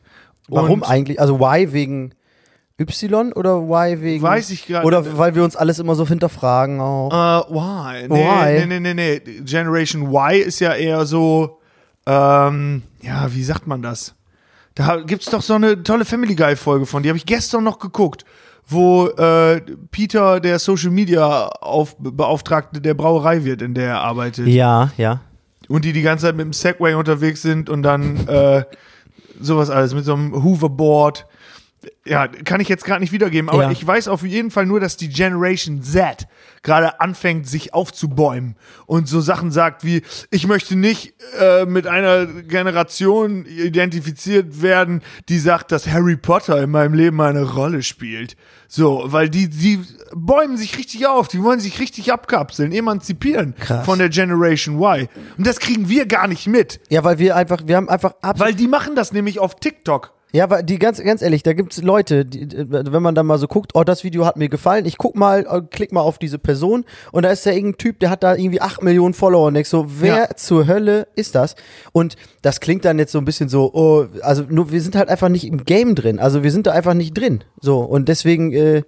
[SPEAKER 2] Warum
[SPEAKER 1] Und-
[SPEAKER 2] eigentlich? Also why wegen Y oder Y wegen?
[SPEAKER 1] Weiß ich gerade-
[SPEAKER 2] Oder weil wir uns alles immer so hinterfragen auch.
[SPEAKER 1] Äh, why? Nee,
[SPEAKER 2] Why?
[SPEAKER 1] Nee, nee, nee, nee. Generation Y ist ja eher so, ähm, ja, wie sagt man das? Da gibt's doch so eine tolle Family Guy Folge von, die habe ich gestern noch geguckt, wo äh, Peter der Social Media auf, Beauftragte der Brauerei wird, in der er arbeitet.
[SPEAKER 2] Ja, ja.
[SPEAKER 1] Und die die ganze Zeit mit dem Segway unterwegs sind und dann äh, sowas alles, mit so einem Hoverboard. Ja, kann ich jetzt gerade nicht wiedergeben, aber
[SPEAKER 2] Ja.
[SPEAKER 1] ich weiß auf jeden Fall nur, dass die Generation Z gerade anfängt, sich aufzubäumen und so Sachen sagt wie, ich möchte nicht äh, mit einer Generation identifiziert werden, die sagt, dass Harry Potter in meinem Leben eine Rolle spielt. So, weil die, die bäumen sich richtig auf, die wollen sich richtig abkapseln, emanzipieren
[SPEAKER 2] Krass.
[SPEAKER 1] von der Generation Y. Und das kriegen wir gar nicht mit,
[SPEAKER 2] Ja, weil wir einfach, wir haben einfach absolut
[SPEAKER 1] weil die machen das nämlich auf TikTok.
[SPEAKER 2] Ja, weil die ganz, ganz ehrlich, da gibt's Leute, die, äh, wenn man dann mal so guckt, oh, das Video hat mir gefallen, ich guck mal, äh, klick mal auf diese Person und da ist ja irgendein Typ, der hat da irgendwie 8 Millionen Follower und denkst so, wer
[SPEAKER 1] Ja.
[SPEAKER 2] zur Hölle ist das? Und das klingt dann jetzt so ein bisschen so, oh, also nur, wir sind halt einfach nicht im Game drin, also wir sind da einfach nicht drin. So, und deswegen äh,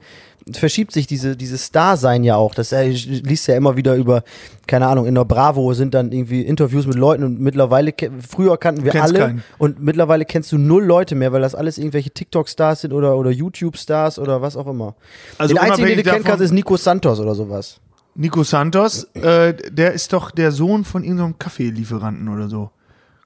[SPEAKER 2] verschiebt sich diese, dieses Star-Sein ja auch. Das äh, liest ja immer wieder über, keine Ahnung, in der Bravo sind dann irgendwie Interviews mit Leuten und mittlerweile, ke- früher kannten wir
[SPEAKER 1] Kennst
[SPEAKER 2] alle.
[SPEAKER 1] keinen.
[SPEAKER 2] Und mittlerweile kennst du null Leute mehr, weil das alles irgendwelche TikTok-Stars sind oder, oder YouTube-Stars oder was auch immer.
[SPEAKER 1] Also
[SPEAKER 2] Den einzigen, den du
[SPEAKER 1] unabhängig
[SPEAKER 2] kennen kannst,
[SPEAKER 1] davon-
[SPEAKER 2] ist Nico Santos oder sowas.
[SPEAKER 1] Nico Santos, äh, der ist doch der Sohn von irgendeinem Kaffeelieferanten oder so,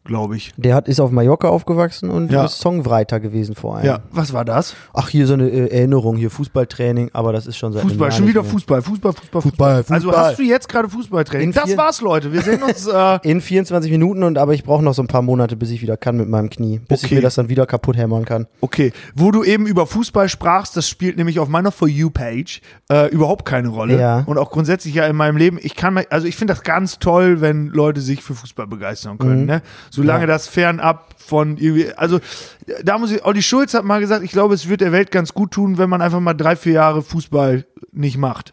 [SPEAKER 1] glaube ich.
[SPEAKER 2] Der hat, ist auf Mallorca aufgewachsen und
[SPEAKER 1] Ja.
[SPEAKER 2] ist Songwriter gewesen vor allem.
[SPEAKER 1] Ja, was war das?
[SPEAKER 2] Ach, hier so eine äh, Erinnerung, hier Fußballtraining, aber das ist schon seit einem
[SPEAKER 1] Fußball,
[SPEAKER 2] Jahr
[SPEAKER 1] schon
[SPEAKER 2] nicht
[SPEAKER 1] wieder
[SPEAKER 2] mehr.
[SPEAKER 1] Fußball, Fußball, Fußball,
[SPEAKER 2] Fußball,
[SPEAKER 1] Also
[SPEAKER 2] Fußball.
[SPEAKER 1] hast du jetzt gerade Fußballtraining?
[SPEAKER 2] In
[SPEAKER 1] Das
[SPEAKER 2] vier-
[SPEAKER 1] war's, Leute. Wir sehen uns. Äh,
[SPEAKER 2] In 24 Minuten und aber ich brauche noch so ein paar Monate, bis ich wieder kann mit meinem Knie. Bis ich
[SPEAKER 1] Okay.
[SPEAKER 2] mir das dann wieder kaputt hämmern kann.
[SPEAKER 1] okay, wo du eben über Fußball sprachst, das spielt nämlich auf meiner For You Page äh, überhaupt keine Rolle
[SPEAKER 2] Ja.
[SPEAKER 1] und auch grundsätzlich ja in meinem Leben. Ich kann, mal- also ich finde das ganz toll, wenn Leute sich für Fußball begeistern können.
[SPEAKER 2] Mhm.
[SPEAKER 1] Ne? Solange das fernab von irgendwie, also da muss ich. Olli Schulz hat mal gesagt, ich glaube, es wird der Welt ganz gut tun, wenn man einfach mal drei, vier Jahre Fußball nicht macht,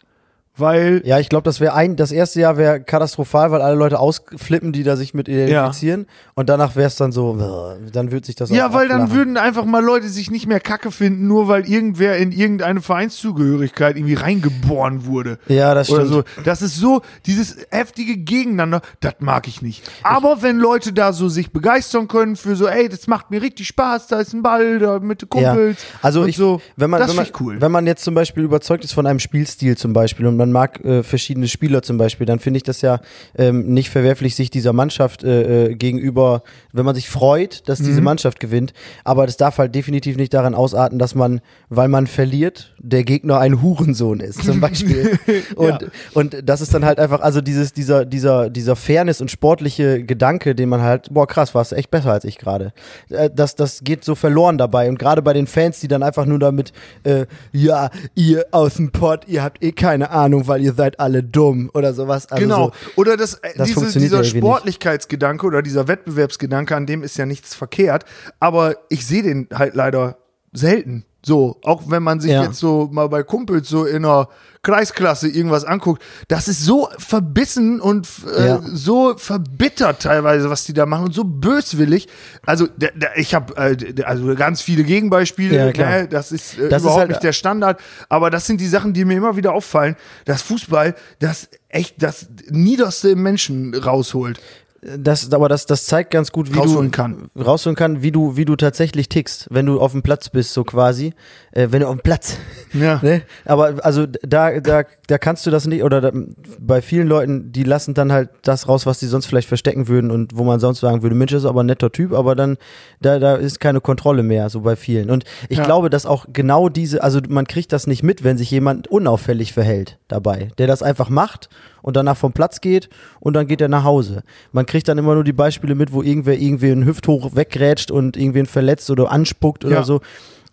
[SPEAKER 1] weil
[SPEAKER 2] Ja, ich glaube, das wäre ein, das erste Jahr wäre katastrophal, weil alle Leute ausflippen, die da sich mit identifizieren. Und danach wäre es dann so, äh, dann wird sich das auch
[SPEAKER 1] Ja, weil dann
[SPEAKER 2] abflachen.
[SPEAKER 1] würden einfach mal Leute sich nicht mehr kacke finden, nur weil irgendwer in irgendeine Vereinszugehörigkeit irgendwie reingeboren wurde.
[SPEAKER 2] Ja, das
[SPEAKER 1] Oder
[SPEAKER 2] stimmt.
[SPEAKER 1] so. Das ist so, dieses heftige Gegeneinander, das mag ich nicht. Aber wenn Leute da so sich begeistern können für so, ey, das macht mir richtig Spaß, da ist ein Ball, da mit den Kumpels.
[SPEAKER 2] Ja. Also
[SPEAKER 1] und
[SPEAKER 2] ich,
[SPEAKER 1] so,
[SPEAKER 2] wenn man,
[SPEAKER 1] das
[SPEAKER 2] wenn, man
[SPEAKER 1] find ich cool.
[SPEAKER 2] wenn man jetzt zum Beispiel überzeugt ist von einem Spielstil zum Beispiel und man mag äh, verschiedene Spieler zum Beispiel, dann finde ich das ja ähm, nicht verwerflich, sich dieser Mannschaft äh, äh, gegenüber, wenn man sich freut, dass
[SPEAKER 1] Mhm.
[SPEAKER 2] diese Mannschaft gewinnt. Aber das darf halt definitiv nicht daran ausarten, dass man, weil man verliert, der Gegner ein Hurensohn ist zum Beispiel. und, und das ist dann halt einfach, also dieses, dieser, dieser, dieser Fairness und sportliche Gedanke, den man halt, boah krass, warst echt besser als ich gerade. Äh, Das, das geht so verloren dabei. Und gerade bei den Fans, die dann einfach nur damit, äh, ja, ihr aus dem Pott, ihr habt eh keine Ahnung, weil ihr seid alle dumm oder sowas. Also
[SPEAKER 1] genau.
[SPEAKER 2] So,
[SPEAKER 1] Oder das, äh,
[SPEAKER 2] Das
[SPEAKER 1] diese,
[SPEAKER 2] funktioniert
[SPEAKER 1] dieser
[SPEAKER 2] ja irgendwie nicht.
[SPEAKER 1] Sportlichkeitsgedanke oder dieser Wettbewerbsgedanke, an dem ist ja nichts verkehrt. Aber ich sehe den halt leider selten. So, auch wenn man sich
[SPEAKER 2] Ja.
[SPEAKER 1] jetzt so mal bei Kumpels so in einer Kreisklasse irgendwas anguckt, das ist so verbissen und äh,
[SPEAKER 2] Ja.
[SPEAKER 1] so verbittert teilweise, was die da machen und so böswillig. Also der, der, ich habe äh, der- also ganz viele Gegenbeispiele.
[SPEAKER 2] Ja, klar.
[SPEAKER 1] Ne? Das ist äh,
[SPEAKER 2] Das ist
[SPEAKER 1] überhaupt
[SPEAKER 2] halt-
[SPEAKER 1] nicht der Standard. Aber das sind die Sachen, die mir immer wieder auffallen, dass Fußball das echt das Niederste im Menschen rausholt.
[SPEAKER 2] das, aber das, das zeigt ganz gut, wie
[SPEAKER 1] Rausholen
[SPEAKER 2] du
[SPEAKER 1] kann.
[SPEAKER 2] rausholen kann, wie du, wie du tatsächlich tickst, wenn du auf dem Platz bist, so quasi. Äh, wenn du auf dem Platz
[SPEAKER 1] Ja.
[SPEAKER 2] Ne? Aber also da, da, da kannst du das nicht, oder da, bei vielen Leuten, die lassen dann halt das raus, was sie sonst vielleicht verstecken würden und wo man sonst sagen würde, Mensch, das ist aber ein netter Typ, aber dann, da, da ist keine Kontrolle mehr, so bei vielen. Und ich
[SPEAKER 1] Ja.
[SPEAKER 2] glaube, dass auch genau diese, also man kriegt das nicht mit, wenn sich jemand unauffällig verhält dabei, der das einfach macht und danach vom Platz geht und dann geht er nach Hause. Man kriegt dann immer nur die Beispiele mit, wo irgendwer irgendwen hüfthoch weggrätscht und irgendwen verletzt oder anspuckt oder
[SPEAKER 1] Ja.
[SPEAKER 2] so.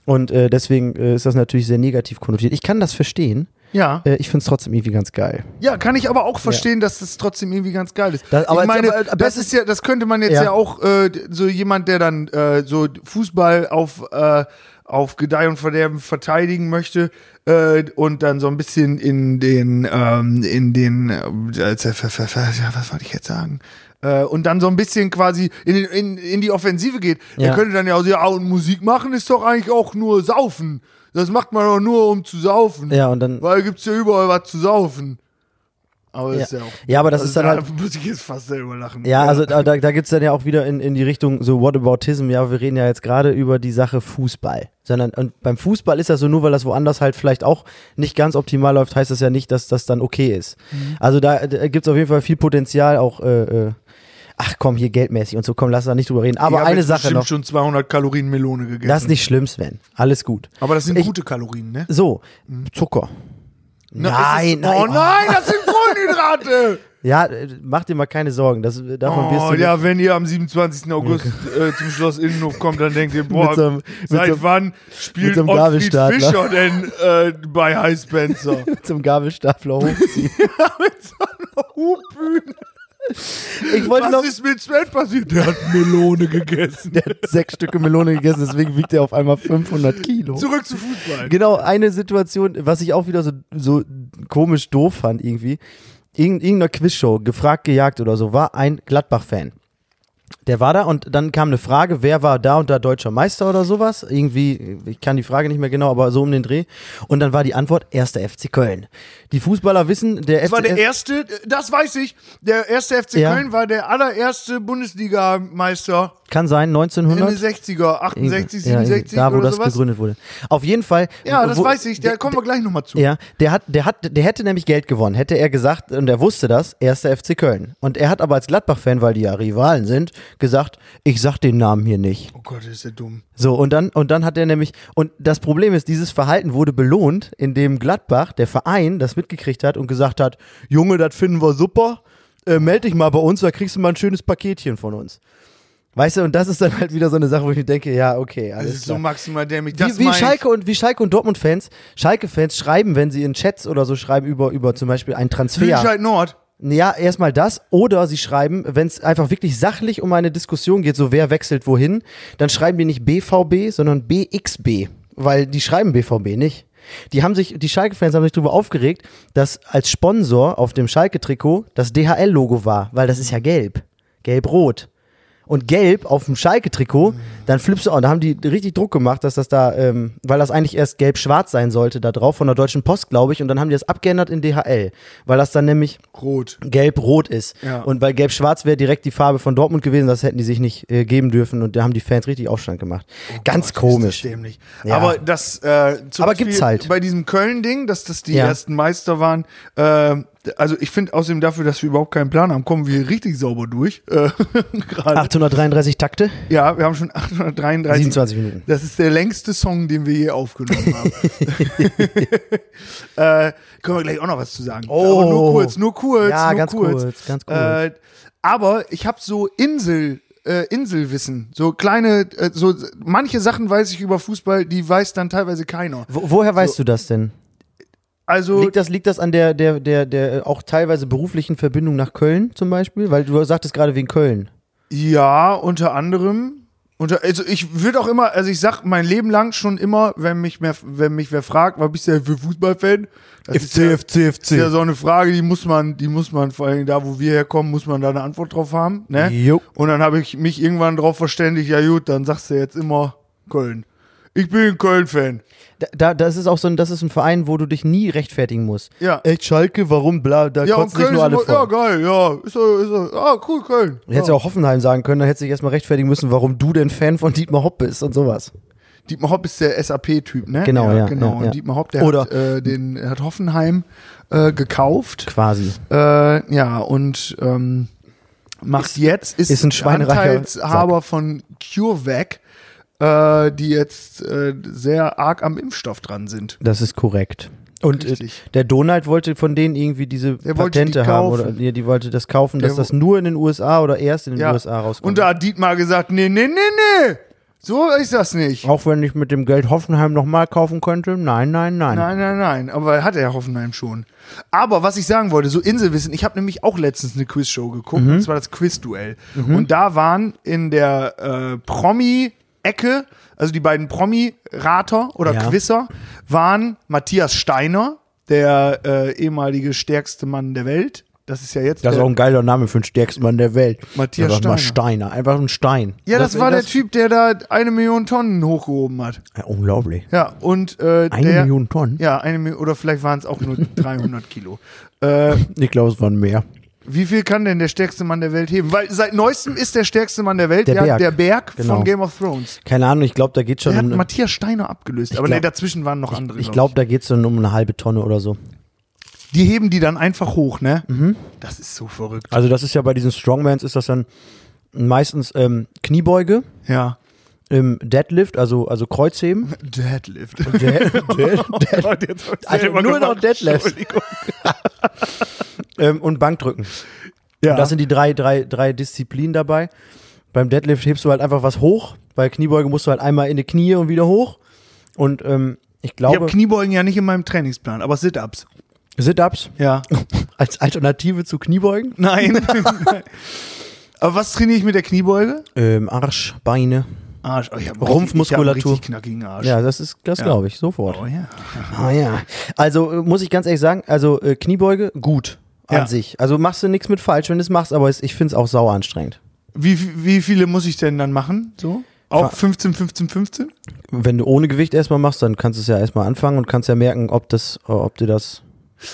[SPEAKER 2] Und äh, deswegen äh, ist das natürlich sehr negativ konnotiert. Ich kann das verstehen.
[SPEAKER 1] Ja.
[SPEAKER 2] Äh, ich finde es trotzdem irgendwie ganz geil.
[SPEAKER 1] Ja, kann ich aber auch verstehen, dass das trotzdem irgendwie ganz geil ist.
[SPEAKER 2] Das- aber
[SPEAKER 1] ich meine,
[SPEAKER 2] jetzt- aber- aber
[SPEAKER 1] das
[SPEAKER 2] es
[SPEAKER 1] ist ja, das könnte man jetzt ja,
[SPEAKER 2] Ja.
[SPEAKER 1] auch äh, so jemand, der dann äh, so Fußball auf äh, auf Gedeih und Verderben verteidigen möchte äh, und dann so ein bisschen in den ähm, in den äh, ver- ver- ver- ja, was wollte ich jetzt sagen äh, und dann so ein bisschen quasi in, den- in, in die Offensive geht, der
[SPEAKER 2] Ja.
[SPEAKER 1] könnte dann ja auch so, ja, und Musik machen ist doch eigentlich auch nur saufen. Das macht man doch nur, um zu saufen.
[SPEAKER 2] Ja, und dann.
[SPEAKER 1] Weil gibt's ja überall was zu saufen. Aber
[SPEAKER 2] Ja.
[SPEAKER 1] ist ja auch.
[SPEAKER 2] Ja, aber das
[SPEAKER 1] also
[SPEAKER 2] ist dann
[SPEAKER 1] da
[SPEAKER 2] halt.
[SPEAKER 1] muss ich jetzt fast selber lachen.
[SPEAKER 2] Ja, also da, da da gibt's dann ja auch wieder in, in die Richtung so Whataboutism. Ja, wir reden ja jetzt gerade über die Sache Fußball. Sondern und beim Fußball ist das so, nur weil das woanders halt vielleicht auch nicht ganz optimal läuft, heißt das ja nicht, dass das dann okay ist. Also da, da gibt's auf jeden Fall viel Potenzial auch. Äh, äh, ach komm, hier geldmäßig und so, komm, lass da nicht drüber reden. Aber
[SPEAKER 1] ich hab
[SPEAKER 2] eine
[SPEAKER 1] jetzt
[SPEAKER 2] Sache
[SPEAKER 1] bestimmt
[SPEAKER 2] noch.
[SPEAKER 1] schon 200 Kalorien Melone gegessen.
[SPEAKER 2] Das ist nicht schlimm, Sven. Alles gut.
[SPEAKER 1] Aber das sind
[SPEAKER 2] Ich-
[SPEAKER 1] gute Kalorien, ne?
[SPEAKER 2] So, Zucker.
[SPEAKER 1] Na, ist es-
[SPEAKER 2] nein, nein.
[SPEAKER 1] Oh nein, das sind Kohlenhydrate!
[SPEAKER 2] Ja, äh, mach dir mal keine Sorgen. Das, äh, davon wirst
[SPEAKER 1] Oh,
[SPEAKER 2] du nicht-
[SPEAKER 1] ja, wenn ihr am 27. August äh, zum Schloss Innenhof kommt, dann denkt ihr, boah,
[SPEAKER 2] Mit so einem- mit
[SPEAKER 1] seit
[SPEAKER 2] so einem-
[SPEAKER 1] wann spielt
[SPEAKER 2] so einem
[SPEAKER 1] Ottfried
[SPEAKER 2] Gabelstapler.
[SPEAKER 1] Fischer denn äh, bei High Spencer?
[SPEAKER 2] zum Gabelstapler hochziehen.
[SPEAKER 1] Hupühn,
[SPEAKER 2] Ich wollte noch
[SPEAKER 1] was ist mit Sven passiert? Der hat Melone gegessen.
[SPEAKER 2] der hat sechs Stücke Melone gegessen, deswegen wiegt er auf einmal 500 Kilo.
[SPEAKER 1] Zurück zu Fußball.
[SPEAKER 2] Genau, eine Situation, was ich auch wieder so, so komisch doof fand irgendwie. Irgend- Irgendeiner Quizshow, gefragt, gejagt oder so, war ein Gladbach-Fan. Der war da und dann kam eine Frage, wer war da und da deutscher Meister oder sowas? Irgendwie, ich kann die Frage nicht mehr genau, aber so um den Dreh. Und dann war die Antwort, erster FC Köln. Die Fußballer wissen, der
[SPEAKER 1] Das war der
[SPEAKER 2] FC
[SPEAKER 1] erste, das weiß ich, der erste FC
[SPEAKER 2] Ja.
[SPEAKER 1] Köln war der allererste Bundesligameister
[SPEAKER 2] kann sein,
[SPEAKER 1] in den
[SPEAKER 2] 1900.
[SPEAKER 1] 60er, 68,
[SPEAKER 2] Ja,
[SPEAKER 1] 67
[SPEAKER 2] da, wo
[SPEAKER 1] oder
[SPEAKER 2] das
[SPEAKER 1] sowas.
[SPEAKER 2] gegründet wurde. Auf jeden Fall.
[SPEAKER 1] Ja,
[SPEAKER 2] wo-
[SPEAKER 1] das
[SPEAKER 2] wo-
[SPEAKER 1] weiß ich, da kommen wir gleich nochmal zu.
[SPEAKER 2] Ja, der hat, der hat, der hätte nämlich Geld gewonnen, hätte er gesagt, und er wusste das, erster FC Köln. Und er hat aber als Gladbach-Fan, weil die ja Rivalen sind, gesagt, ich sag den Namen hier nicht.
[SPEAKER 1] Oh Gott, ist der dumm.
[SPEAKER 2] So, und dann, und dann hat er nämlich, und das Problem ist, dieses Verhalten wurde belohnt, indem Gladbach, der Verein, das mitgekriegt hat und gesagt hat, Junge, das finden wir super, äh, meld dich mal bei uns, da kriegst du mal ein schönes Paketchen von uns. Weißt du, und das ist dann halt wieder so eine Sache, wo ich mir denke, ja, okay, alles
[SPEAKER 1] Das ist
[SPEAKER 2] klar.
[SPEAKER 1] so maximal dämlich. Das
[SPEAKER 2] Wie, wie,
[SPEAKER 1] mein ich.
[SPEAKER 2] Schalke und, wie Schalke und Dortmund-Fans, Schalke-Fans schreiben, wenn sie in Chats oder so schreiben, über, über zum Beispiel einen Transfer.
[SPEAKER 1] Lüdenscheid Nord.
[SPEAKER 2] Ja, erstmal das. Oder sie schreiben, wenn es einfach wirklich sachlich um eine Diskussion geht, so wer wechselt wohin, dann schreiben die nicht BVB, sondern BXB. Weil die schreiben BVB nicht. Die haben sich, die Schalke-Fans haben sich darüber aufgeregt, dass als Sponsor auf dem Schalke-Trikot das DHL-Logo war, weil das ist ja gelb. Gelb-rot und gelb auf dem Schalke-Trikot, dann flippst du auch. Da haben die richtig Druck gemacht, dass das da, ähm, weil das eigentlich erst gelb-schwarz sein sollte, da drauf, von der Deutschen Post, glaube ich, und dann haben die das abgeändert in DHL, weil das dann nämlich
[SPEAKER 1] Rot.
[SPEAKER 2] gelb-rot ist.
[SPEAKER 1] Ja.
[SPEAKER 2] Und weil gelb-schwarz wäre direkt die Farbe von Dortmund gewesen, das hätten die sich nicht äh, geben dürfen und da haben die Fans richtig Aufstand gemacht. Ganz komisch.
[SPEAKER 1] Ist das dämlich.
[SPEAKER 2] Ja.
[SPEAKER 1] Aber das, äh, zum
[SPEAKER 2] Aber
[SPEAKER 1] Beispiel
[SPEAKER 2] gibt's halt.
[SPEAKER 1] Bei diesem Köln-Ding, dass das die
[SPEAKER 2] Ja.
[SPEAKER 1] ersten Meister waren, ähm, also ich finde außerdem dafür, dass wir überhaupt keinen Plan haben, kommen wir richtig sauber durch. Äh, gerade.
[SPEAKER 2] 833 Takte?
[SPEAKER 1] Ja, wir haben schon 833.
[SPEAKER 2] 27 Minuten.
[SPEAKER 1] Das ist der längste Song, den wir je aufgenommen haben. äh, können wir gleich auch noch was zu sagen.
[SPEAKER 2] Oh.
[SPEAKER 1] Aber nur kurz, nur kurz,
[SPEAKER 2] Ja,
[SPEAKER 1] nur
[SPEAKER 2] ganz
[SPEAKER 1] kurz.
[SPEAKER 2] kurz, ganz kurz.
[SPEAKER 1] Äh, aber ich habe so Insel, äh, Inselwissen, so kleine, äh, so manche Sachen weiß ich über Fußball, die weiß dann teilweise keiner.
[SPEAKER 2] Wo, woher weißt du das denn?
[SPEAKER 1] Also
[SPEAKER 2] Liegt das, liegt das an der, der, der, der äh, auch teilweise beruflichen Verbindung nach Köln zum Beispiel? Weil du sagtest gerade wegen Köln.
[SPEAKER 1] Ja, unter anderem. Unter, also ich würde auch immer, also ich sag mein Leben lang schon immer, wenn mich mehr, wenn mich wer fragt, was bist du denn für Fußballfan? Das ist ja,
[SPEAKER 2] FC,
[SPEAKER 1] Ist ja so eine Frage, die muss man, die muss man vor allem da, wo wir herkommen, muss man da eine Antwort drauf haben. Ne?
[SPEAKER 2] Jo.
[SPEAKER 1] Und dann habe ich mich irgendwann drauf verständigt, ja gut, dann sagst du jetzt immer Köln. Ich bin ein Köln-Fan.
[SPEAKER 2] Da, da, das ist auch so ein, das ist ein Verein, wo du dich nie rechtfertigen musst.
[SPEAKER 1] Ja.
[SPEAKER 2] Echt Schalke, warum bla, da
[SPEAKER 1] Ja, und
[SPEAKER 2] kotzen sich
[SPEAKER 1] Köln
[SPEAKER 2] nur
[SPEAKER 1] ist
[SPEAKER 2] alle
[SPEAKER 1] immer, ja
[SPEAKER 2] vor.
[SPEAKER 1] geil, ja. Ist so, ist so, ah, cool, Köln.
[SPEAKER 2] Du hättest ja auch Hoffenheim sagen können, dann hättest du dich erstmal rechtfertigen müssen, warum du denn Fan von Dietmar Hopp bist und sowas.
[SPEAKER 1] Dietmar Hopp ist der SAP-Typ, ne?
[SPEAKER 2] Genau, ja,
[SPEAKER 1] genau.
[SPEAKER 2] ja,
[SPEAKER 1] und
[SPEAKER 2] ja.
[SPEAKER 1] Dietmar Hopp, der
[SPEAKER 2] Oder-
[SPEAKER 1] hat, äh, den, er hat Hoffenheim äh, gekauft.
[SPEAKER 2] Quasi.
[SPEAKER 1] Äh, ja, und ähm, macht jetzt, ist,
[SPEAKER 2] ist ein schweinereicher
[SPEAKER 1] Anteilshaber von CureVac, äh, die jetzt äh, sehr arg am Impfstoff dran sind.
[SPEAKER 2] Das ist korrekt. Und äh,
[SPEAKER 1] Richtig.
[SPEAKER 2] der Donald wollte von denen irgendwie diese
[SPEAKER 1] Der wollte die
[SPEAKER 2] Patente haben oder
[SPEAKER 1] kaufen.
[SPEAKER 2] ja, die wollte das kaufen, dass
[SPEAKER 1] Der wo-
[SPEAKER 2] das nur in den USA oder erst in den
[SPEAKER 1] Ja.
[SPEAKER 2] USA rauskommt.
[SPEAKER 1] Und da hat Dietmar gesagt, nee, nee, nee, nee, so ist das nicht.
[SPEAKER 2] auch wenn ich mit dem Geld Hoffenheim nochmal kaufen könnte? Nein, nein, nein.
[SPEAKER 1] Nein, nein, nein, aber hat er Hoffenheim schon. Aber was ich sagen wollte, so Inselwissen, ich habe nämlich auch letztens eine Quizshow geguckt,
[SPEAKER 2] Mhm.
[SPEAKER 1] und zwar das Quizduell. Und da waren in der äh, Promi-Ecke, also die beiden Promi-Rater oder
[SPEAKER 2] Ja.
[SPEAKER 1] Quizzer, waren Matthias Steiner, der äh, ehemalige stärkste Mann der Welt, Das ist ja jetzt.
[SPEAKER 2] Das ist
[SPEAKER 1] der-
[SPEAKER 2] auch ein geiler Name für den stärksten Mann der Welt.
[SPEAKER 1] Matthias
[SPEAKER 2] Einfach Mal Steiner, einfach ein Stein.
[SPEAKER 1] ja, das,
[SPEAKER 2] wär
[SPEAKER 1] war der Typ, der da eine Million Tonnen hochgehoben hat.
[SPEAKER 2] Ja, unglaublich.
[SPEAKER 1] Ja, und äh,
[SPEAKER 2] Eine
[SPEAKER 1] der,
[SPEAKER 2] Million Tonnen?
[SPEAKER 1] Ja, eine Million, oder vielleicht waren es auch nur 300 Kilo. Äh,
[SPEAKER 2] Ich glaube, es waren mehr.
[SPEAKER 1] wie viel kann denn der stärkste Mann der Welt heben? Weil seit neuestem ist der stärkste Mann der Welt
[SPEAKER 2] Der
[SPEAKER 1] ja
[SPEAKER 2] Berg.
[SPEAKER 1] der Berg
[SPEAKER 2] Genau.
[SPEAKER 1] von Game of Thrones.
[SPEAKER 2] Keine Ahnung, ich glaube, da geht schon
[SPEAKER 1] Der hat
[SPEAKER 2] um.
[SPEAKER 1] Matthias Steiner abgelöst, aber nee,
[SPEAKER 2] glaub-
[SPEAKER 1] dazwischen waren noch andere.
[SPEAKER 2] Ich glaube, da geht es dann um eine halbe Tonne oder so.
[SPEAKER 1] ich. die heben die dann einfach hoch, ne?
[SPEAKER 2] Mhm.
[SPEAKER 1] Das ist so verrückt.
[SPEAKER 2] Also, das ist ja bei diesen Strongmans, ist das dann meistens ähm, Kniebeuge,
[SPEAKER 1] Ja.
[SPEAKER 2] ähm, Deadlift, also, also Kreuzheben.
[SPEAKER 1] Deadlift.
[SPEAKER 2] Dead, Dead, Dead,
[SPEAKER 1] Oh Gott, jetzt hab ich's
[SPEAKER 2] Also
[SPEAKER 1] selber
[SPEAKER 2] nur noch
[SPEAKER 1] gemacht.
[SPEAKER 2] Deadlifts.
[SPEAKER 1] Entschuldigung.
[SPEAKER 2] ähm, und Bankdrücken.
[SPEAKER 1] Ja.
[SPEAKER 2] Das sind die drei, drei, drei Disziplinen dabei. Beim Deadlift hebst du halt einfach was hoch. Bei Kniebeuge musst du halt einmal in die Knie und wieder hoch. Und ähm, ich
[SPEAKER 1] ich habe
[SPEAKER 2] glaube,
[SPEAKER 1] Kniebeugen ja nicht in meinem Trainingsplan, aber Sit-Ups.
[SPEAKER 2] Sit-Ups
[SPEAKER 1] Ja.
[SPEAKER 2] als Alternative zu Kniebeugen.
[SPEAKER 1] Nein. aber was trainiere ich mit der Kniebeuge?
[SPEAKER 2] Ähm, Arsch, Beine.
[SPEAKER 1] Arsch. Oh, ich hab einen Richtig, ich hab einen
[SPEAKER 2] Rumpfmuskulatur.
[SPEAKER 1] richtig knackigen Arsch.
[SPEAKER 2] Ja, das ist, das
[SPEAKER 1] Ja.
[SPEAKER 2] glaube ich, sofort.
[SPEAKER 1] Oh ja.
[SPEAKER 2] Ah ja. Also äh, muss ich ganz ehrlich sagen, also äh, Kniebeuge, gut an
[SPEAKER 1] Ja.
[SPEAKER 2] sich. Also machst du nichts mit falsch, wenn du es machst, aber es, ich finde es auch sauer anstrengend.
[SPEAKER 1] Wie, wie viele muss ich denn dann machen? So? Auch
[SPEAKER 2] Ver-
[SPEAKER 1] 15, 15, 15?
[SPEAKER 2] Wenn du ohne Gewicht erstmal machst, dann kannst du es ja erstmal anfangen und kannst ja merken, ob das, äh, ob dir das.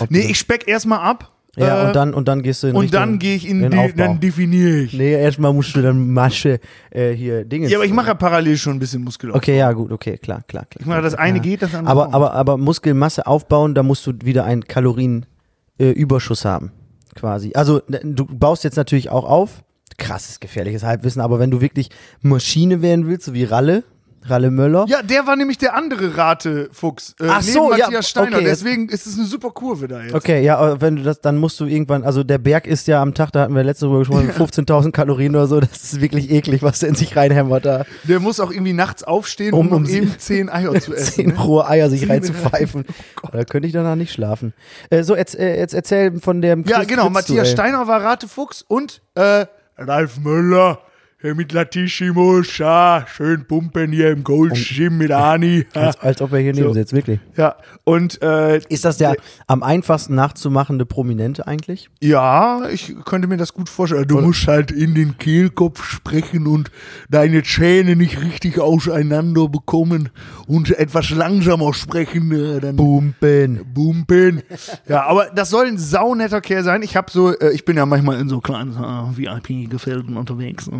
[SPEAKER 2] Ob
[SPEAKER 1] Nee,
[SPEAKER 2] du-
[SPEAKER 1] ich speck erstmal ab.
[SPEAKER 2] ja,
[SPEAKER 1] äh,
[SPEAKER 2] und dann und dann gehst du in
[SPEAKER 1] und
[SPEAKER 2] Richtung,
[SPEAKER 1] dann gehe ich in,
[SPEAKER 2] den
[SPEAKER 1] die,
[SPEAKER 2] Aufbau.
[SPEAKER 1] dann definiere ich.
[SPEAKER 2] Nee, erstmal musst du dann Masche äh, hier Dinge.
[SPEAKER 1] Ja, aber ich mache ja parallel schon ein bisschen Muskelaufbau.
[SPEAKER 2] Okay, ja, gut, okay, klar, klar, klar.
[SPEAKER 1] Ich meine, das eine
[SPEAKER 2] Ja.
[SPEAKER 1] geht, das andere
[SPEAKER 2] aber,
[SPEAKER 1] auch.
[SPEAKER 2] aber, aber Muskelmasse aufbauen, da musst du wieder einen Kalorienüberschuss haben, quasi. Also ne, du baust jetzt natürlich auch auf, krasses, gefährliches Halbwissen, aber wenn du wirklich Maschine werden willst, so wie Ralle, Ralle Möller,
[SPEAKER 1] Ja, der war nämlich der andere Rate-Fuchs. Äh,
[SPEAKER 2] Ach
[SPEAKER 1] neben
[SPEAKER 2] so, ja,
[SPEAKER 1] Matthias Steiner.
[SPEAKER 2] okay, jetzt-
[SPEAKER 1] Deswegen ist es eine super Kurve da jetzt.
[SPEAKER 2] okay, ja, aber wenn du das, dann musst du irgendwann, also der Berg ist ja am Tag, da hatten wir letzte Woche gesprochen, 15.000 Kalorien oder so, das ist wirklich eklig, was der in sich reinhämmert da,
[SPEAKER 1] Der muss auch irgendwie nachts aufstehen, um,
[SPEAKER 2] Um- um
[SPEAKER 1] um
[SPEAKER 2] sie-
[SPEAKER 1] eben zehn Eier zu essen.
[SPEAKER 2] zehn
[SPEAKER 1] Ne?
[SPEAKER 2] rohe Eier sich
[SPEAKER 1] Zehn- Oh
[SPEAKER 2] reinzupfeifen. da könnte ich danach nicht schlafen. Äh, so, jetzt, äh, jetzt erzähl von dem
[SPEAKER 1] Ja,
[SPEAKER 2] Chris-
[SPEAKER 1] genau.
[SPEAKER 2] Chris-
[SPEAKER 1] Matthias
[SPEAKER 2] Duell.
[SPEAKER 1] Steiner war Ratefuchs und äh, Ralf Möller. Hier mit Latissimus, ja, schön pumpen hier im Gold Gym mit Ani.
[SPEAKER 2] Als, als ob er hier neben sitzt, wirklich.
[SPEAKER 1] Ja, und äh,
[SPEAKER 2] Ist das der am einfachsten nachzumachende Prominente eigentlich?
[SPEAKER 1] ja, ich könnte mir das gut vorstellen. Du musst halt in den Kehlkopf sprechen und deine Zähne nicht richtig auseinander bekommen und etwas langsamer sprechen. Äh, dann
[SPEAKER 2] Bumpen.
[SPEAKER 1] Bumpen. Ja, aber das soll ein saunetter Kerl sein. Ich habe so, äh, ich bin ja manchmal in so kleinen äh, VIP-Gefilden unterwegs äh,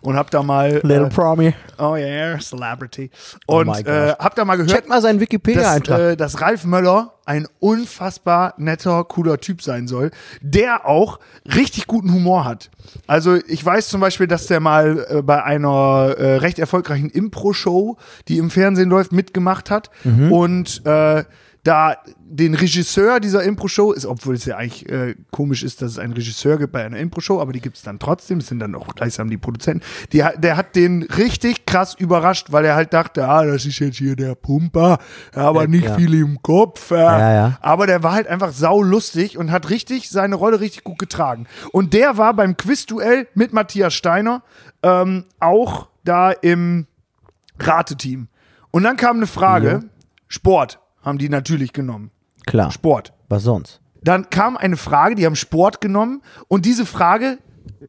[SPEAKER 1] und hab da mal,
[SPEAKER 2] Little
[SPEAKER 1] äh,
[SPEAKER 2] Promi.
[SPEAKER 1] oh yeah, Celebrity, und
[SPEAKER 2] Oh my
[SPEAKER 1] äh,
[SPEAKER 2] gosh.
[SPEAKER 1] hab da mal gehört,
[SPEAKER 2] Check mal seinen
[SPEAKER 1] dass,
[SPEAKER 2] Wikipedia-Eintrag.
[SPEAKER 1] äh, dass Ralf Möller ein unfassbar netter, cooler Typ sein soll, der auch richtig guten Humor hat. Also ich weiß zum Beispiel, dass der mal äh, bei einer äh, recht erfolgreichen Impro-Show, die im Fernsehen läuft, mitgemacht hat und äh, da den Regisseur dieser Impro-Show ist, obwohl es ja eigentlich äh, komisch ist, dass es einen Regisseur gibt bei einer Impro-Show, aber die gibt es dann trotzdem, es sind dann auch gleichsam die Produzenten, die, ha- der hat den richtig krass überrascht, weil er halt dachte, ah, das ist jetzt hier der Pumper, aber nicht
[SPEAKER 2] ja.
[SPEAKER 1] viel im Kopf. Äh.
[SPEAKER 2] Ja, ja.
[SPEAKER 1] Aber der war halt einfach saulustig und hat richtig seine Rolle richtig gut getragen. Und der war beim Quizduell mit Matthias Steiner ähm, auch da im Rateteam. Und dann kam eine Frage, Sport haben die natürlich genommen.
[SPEAKER 2] Klar.
[SPEAKER 1] Sport.
[SPEAKER 2] Was sonst?
[SPEAKER 1] Dann kam eine Frage, die haben Sport genommen und diese Frage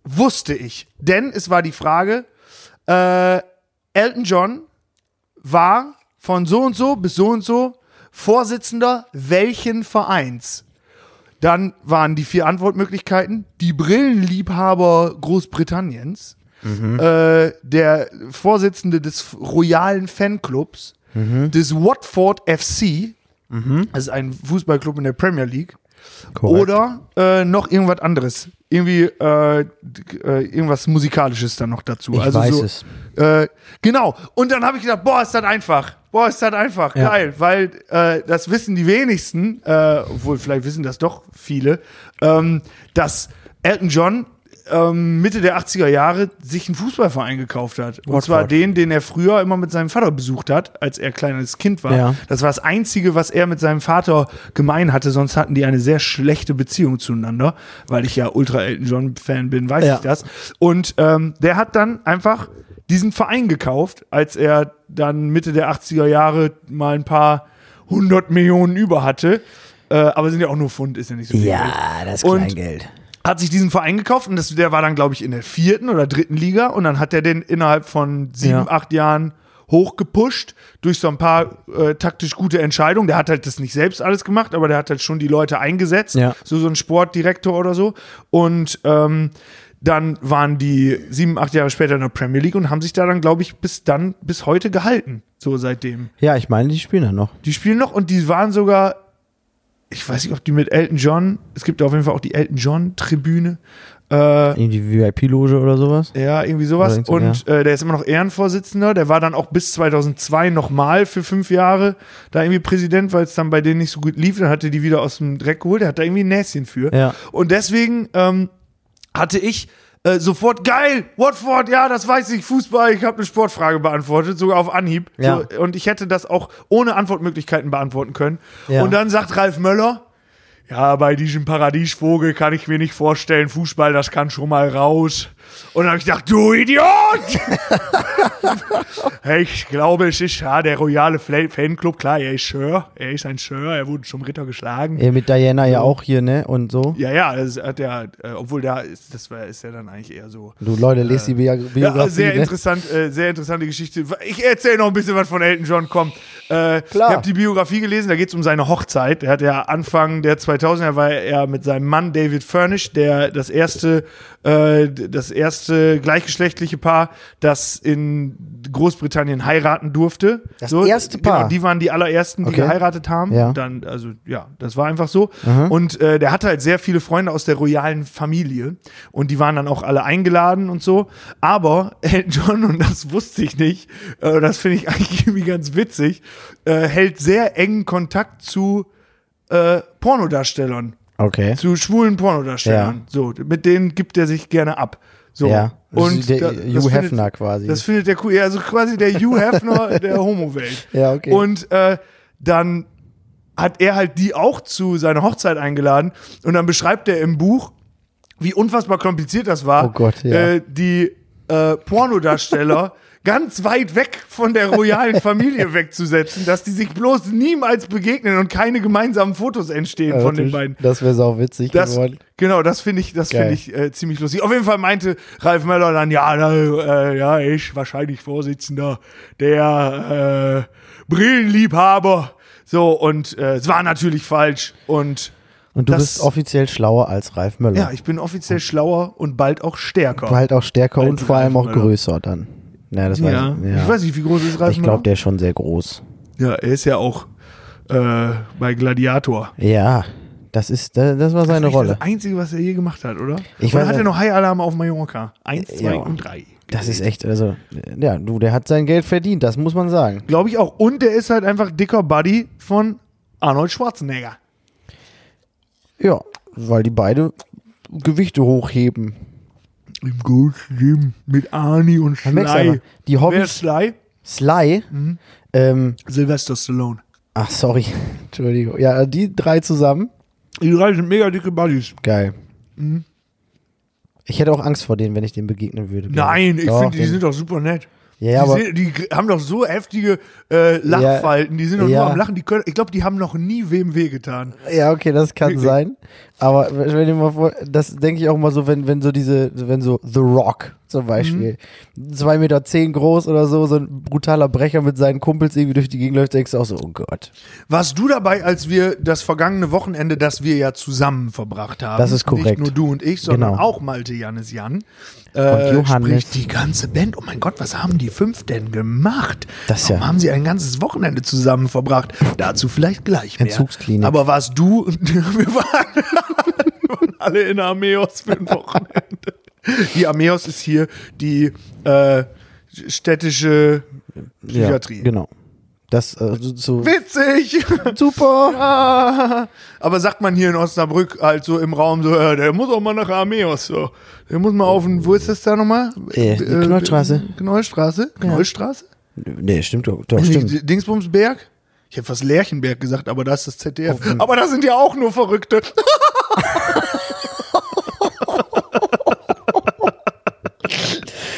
[SPEAKER 1] wusste ich. Denn es war die Frage, äh, Elton John war von so und so bis so und so Vorsitzender welchen Vereins? Dann waren die vier Antwortmöglichkeiten die Brillenliebhaber Großbritanniens, äh, der Vorsitzende des royalen Fanclubs, des Watford FC, das ist ein Fußballclub in der Premier League, oder äh, noch irgendwas anderes. Irgendwie äh, d- äh, irgendwas Musikalisches dann noch dazu.
[SPEAKER 2] Ich
[SPEAKER 1] also
[SPEAKER 2] weiß
[SPEAKER 1] so,
[SPEAKER 2] es.
[SPEAKER 1] Äh, genau. Und dann habe ich gedacht, boah, ist das einfach. Boah, ist das einfach.
[SPEAKER 2] Ja.
[SPEAKER 1] Geil. Weil äh, das wissen die wenigsten, äh, obwohl vielleicht wissen das doch viele, ähm, dass Elton John ähm, Mitte der 80er Jahre sich einen Fußballverein gekauft hat. Und
[SPEAKER 2] Watford.
[SPEAKER 1] zwar den, den er früher immer mit seinem Vater besucht hat, als er kleines Kind war.
[SPEAKER 2] Ja.
[SPEAKER 1] Das war das Einzige, was er mit seinem Vater gemein hatte. Sonst hatten die eine sehr schlechte Beziehung zueinander. Weil ich ja ultra Elton John-Fan bin, weiß
[SPEAKER 2] Ja.
[SPEAKER 1] ich das. Und ähm, der hat dann einfach diesen Verein gekauft, als er dann Mitte der 80er Jahre mal ein paar hundert Millionen über hatte. Äh, aber sind ja auch nur Pfund, ist ja nicht so viel. Geld.
[SPEAKER 2] Ja, das
[SPEAKER 1] Und-
[SPEAKER 2] Kleingeld.
[SPEAKER 1] Hat sich diesen Verein gekauft und das, der war dann, glaube ich, in der vierten oder dritten Liga und dann hat er den innerhalb von sieben,
[SPEAKER 2] Ja.
[SPEAKER 1] acht Jahren hochgepusht durch so ein paar äh, taktisch gute Entscheidungen. Der hat halt das nicht selbst alles gemacht, aber der hat halt schon die Leute eingesetzt.
[SPEAKER 2] Ja.
[SPEAKER 1] So, so ein Sportdirektor oder so. Und ähm, dann waren die sieben, acht Jahre später in der Premier League und haben sich da dann, glaube ich, bis dann, bis heute gehalten. So seitdem.
[SPEAKER 2] Ja, ich meine, die spielen ja noch.
[SPEAKER 1] Die spielen noch und die waren sogar, ich weiß nicht, ob die mit Elton John, es gibt auf jeden Fall auch die Elton John-Tribüne. Äh,
[SPEAKER 2] In die VIP-Loge oder sowas.
[SPEAKER 1] ja, irgendwie sowas.
[SPEAKER 2] Oder irgendwie,
[SPEAKER 1] Und äh, der ist immer noch Ehrenvorsitzender. Der war dann auch bis 2002 nochmal für fünf Jahre da irgendwie Präsident, weil es dann bei denen nicht so gut lief. Dann hatte die wieder aus dem Dreck geholt. Der hat da irgendwie ein Näschen für.
[SPEAKER 2] Ja.
[SPEAKER 1] Und deswegen ähm, hatte ich äh, sofort, geil, Watford, ja, das weiß ich, Fußball, ich habe eine Sportfrage beantwortet, sogar auf Anhieb.
[SPEAKER 2] Ja.
[SPEAKER 1] So, und ich hätte das auch ohne Antwortmöglichkeiten beantworten können.
[SPEAKER 2] Ja.
[SPEAKER 1] Und dann sagt Ralf Möller, ja, bei diesem Paradiesvogel kann ich mir nicht vorstellen, Fußball, das kann schon mal raus. Und dann habe ich gedacht, du Idiot! hey, ich glaube, es ist ja der royale Fla- Fanclub, klar, er ist Sir, er ist ein Sir, er wurde zum Ritter geschlagen.
[SPEAKER 2] Ja, mit Diana ja auch hier, ne? Und so.
[SPEAKER 1] Ja, ja, das hat ja, äh, obwohl da ist, das war, ist ja dann eigentlich eher so.
[SPEAKER 2] Du Leute, lest die Bio- Biografie.
[SPEAKER 1] Ja, sehr
[SPEAKER 2] ne?
[SPEAKER 1] interessant, äh, sehr interessante Geschichte. Ich erzähle noch ein bisschen was von Elton John. Komm, äh,
[SPEAKER 2] Klar.
[SPEAKER 1] ich habe die Biografie gelesen. Da geht es um seine Hochzeit. Er hat ja Anfang der 2000er war er mit seinem Mann David Furnish, der das erste, äh, das erste gleichgeschlechtliche Paar, das in Großbritannien heiraten durfte.
[SPEAKER 2] Das erste Paar?
[SPEAKER 1] Genau, die waren die allerersten, die
[SPEAKER 2] Okay.
[SPEAKER 1] geheiratet haben.
[SPEAKER 2] Ja.
[SPEAKER 1] Dann, also ja, das war einfach so. Und äh, der hatte halt sehr viele Freunde aus der royalen Familie und die waren dann auch alle eingeladen und so. Aber Elton John, und das wusste ich nicht, äh, das finde ich eigentlich irgendwie ganz witzig, äh, hält sehr engen Kontakt zu äh, Pornodarstellern,
[SPEAKER 2] Okay.
[SPEAKER 1] zu schwulen Pornodarstellern.
[SPEAKER 2] Ja.
[SPEAKER 1] So, mit denen gibt er sich gerne ab. So.
[SPEAKER 2] Ja. Das
[SPEAKER 1] Und
[SPEAKER 2] ist der
[SPEAKER 1] da-
[SPEAKER 2] Hugh
[SPEAKER 1] findet-
[SPEAKER 2] Hefner quasi.
[SPEAKER 1] Das findet der cool. Ja, also quasi der Hugh Hefner der Homo-Welt.
[SPEAKER 2] Ja, okay.
[SPEAKER 1] Und äh, dann hat er halt die auch zu seiner Hochzeit eingeladen und dann beschreibt er im Buch, wie unfassbar kompliziert das war,
[SPEAKER 2] Oh Gott, ja.
[SPEAKER 1] äh, die äh, Pornodarsteller ganz weit weg von der royalen Familie wegzusetzen, dass die sich bloß niemals begegnen und keine gemeinsamen Fotos entstehen von den beiden.
[SPEAKER 2] Das wäre sau witzig
[SPEAKER 1] Das,
[SPEAKER 2] geworden.
[SPEAKER 1] genau, das finde ich, das
[SPEAKER 2] Geil.
[SPEAKER 1] finde ich äh, ziemlich lustig. Auf jeden Fall meinte Ralf Möller dann, ja, na, äh, ja, ich wahrscheinlich Vorsitzender der äh, Brillenliebhaber. So, und äh, es war natürlich falsch. Und
[SPEAKER 2] Und du
[SPEAKER 1] das-
[SPEAKER 2] bist offiziell schlauer als Ralf Möller.
[SPEAKER 1] ja, ich bin offiziell schlauer und bald auch stärker.
[SPEAKER 2] War halt auch stärker
[SPEAKER 1] Als
[SPEAKER 2] und vor
[SPEAKER 1] Ralf
[SPEAKER 2] allem auch
[SPEAKER 1] Möller.
[SPEAKER 2] größer dann. Ja, das war
[SPEAKER 1] ja. Ich weiß nicht, wie groß ist Ralf
[SPEAKER 2] Ich glaube, der ist schon sehr groß.
[SPEAKER 1] Möller? Ja, er ist ja auch äh, bei Gladiator.
[SPEAKER 2] Ja, das ist, da- das war seine
[SPEAKER 1] Nicht
[SPEAKER 2] Rolle.
[SPEAKER 1] Das Einzige, was er je gemacht hat, oder? und
[SPEAKER 2] Ich weiß
[SPEAKER 1] dann hat er
[SPEAKER 2] nicht.
[SPEAKER 1] noch High Alarm auf Mallorca. Eins, zwei
[SPEAKER 2] Ja.
[SPEAKER 1] und drei.
[SPEAKER 2] Das ist echt, also, ja, du, der hat sein Geld verdient, das muss man sagen.
[SPEAKER 1] Glaube ich auch. Und der ist halt einfach dicker Buddy von Arnold Schwarzenegger.
[SPEAKER 2] Ja, weil die beide Gewichte hochheben.
[SPEAKER 1] Im Gold Gym mit Arnie und
[SPEAKER 2] Man merkt's aber,
[SPEAKER 1] Sly.
[SPEAKER 2] die
[SPEAKER 1] Wer
[SPEAKER 2] Hobbys,
[SPEAKER 1] ist Sly?
[SPEAKER 2] Sly,
[SPEAKER 1] Mhm.
[SPEAKER 2] ähm,
[SPEAKER 1] Sylvester Stallone.
[SPEAKER 2] ach, sorry, Entschuldigung. Ja, äh, die drei zusammen,
[SPEAKER 1] Die drei sind mega dicke Buddies.
[SPEAKER 2] geil.
[SPEAKER 1] Mhm.
[SPEAKER 2] Ich hätte auch Angst vor denen, wenn ich denen begegnen würde. glaub
[SPEAKER 1] Nein, ich
[SPEAKER 2] Doch,
[SPEAKER 1] finde, die
[SPEAKER 2] den-
[SPEAKER 1] sind doch super nett.
[SPEAKER 2] Ja, ja,
[SPEAKER 1] die,
[SPEAKER 2] aber-
[SPEAKER 1] sehen- die g- haben doch so heftige äh, Lachfalten. Die sind doch
[SPEAKER 2] Ja.
[SPEAKER 1] nur am Lachen. Die können, ich glaube, die haben noch nie wem wehgetan.
[SPEAKER 2] Ja, okay, das kann
[SPEAKER 1] Wirklich.
[SPEAKER 2] sein. Aber wenn ich mal vor, das denke ich auch mal so, wenn, wenn so diese, wenn so The Rock zum Beispiel,
[SPEAKER 1] Mhm.
[SPEAKER 2] zwei Meter zehn groß oder so, so ein brutaler Brecher mit seinen Kumpels irgendwie durch die Gegend läuft, denkst du auch so, oh Gott.
[SPEAKER 1] Warst du dabei, als wir das vergangene Wochenende, das wir ja zusammen verbracht haben?
[SPEAKER 2] Das ist
[SPEAKER 1] Nicht
[SPEAKER 2] korrekt.
[SPEAKER 1] nur du und ich, sondern
[SPEAKER 2] Genau.
[SPEAKER 1] auch Malte Janis Jan. Äh,
[SPEAKER 2] Johannes.
[SPEAKER 1] Sprich, die ganze Band. Oh mein Gott, was haben die fünf denn gemacht?
[SPEAKER 2] Das
[SPEAKER 1] Warum
[SPEAKER 2] ja.
[SPEAKER 1] haben sie ein ganzes Wochenende zusammen verbracht? Dazu vielleicht gleich mehr.
[SPEAKER 2] Entzugsklinik.
[SPEAKER 1] Aber warst du, wir waren, wir waren alle in Armeos für ein Wochenende. Die Armeos ist hier die äh, städtische Psychiatrie.
[SPEAKER 2] Ja, genau. Das, äh, so, so
[SPEAKER 1] Witzig!
[SPEAKER 2] super.
[SPEAKER 1] Ah, aber sagt man hier in Osnabrück halt so im Raum so, äh, der muss auch mal nach Armeos. So. Der muss mal auf den, wo ist das da nochmal?
[SPEAKER 2] Äh, die Knollstraße.
[SPEAKER 1] Knollstraße? Knollstraße?
[SPEAKER 2] Nee, stimmt doch, doch
[SPEAKER 1] Nee,
[SPEAKER 2] stimmt.
[SPEAKER 1] D- Dingsbumsberg? Ich hätte fast Lerchenberg gesagt, aber da ist das ZDF. Aber da sind ja auch nur Verrückte.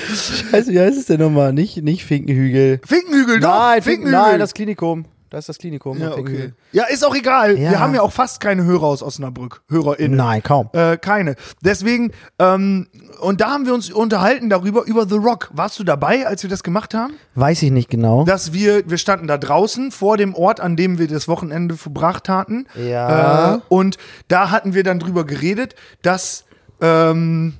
[SPEAKER 2] Scheiße, wie heißt es denn nochmal? Nicht, nicht Finkenhügel.
[SPEAKER 1] Finkenhügel, doch.
[SPEAKER 2] nein, Finken,
[SPEAKER 1] Finkenhügel.
[SPEAKER 2] nein, das Klinikum. da ist das Klinikum.
[SPEAKER 1] Ja,
[SPEAKER 2] auf Finkel.
[SPEAKER 1] okay. ja, ist auch egal.
[SPEAKER 2] Ja.
[SPEAKER 1] Wir haben ja auch fast keine Hörer aus Osnabrück. HörerInnen.
[SPEAKER 2] Nein, kaum.
[SPEAKER 1] Äh, keine. Deswegen, ähm, und da haben wir uns unterhalten darüber, über The Rock. Warst du dabei, als wir das gemacht haben?
[SPEAKER 2] Weiß ich nicht genau.
[SPEAKER 1] dass wir, wir standen da draußen vor dem Ort, an dem wir das Wochenende verbracht hatten.
[SPEAKER 2] Ja.
[SPEAKER 1] Äh, und da hatten wir dann drüber geredet, dass ähm,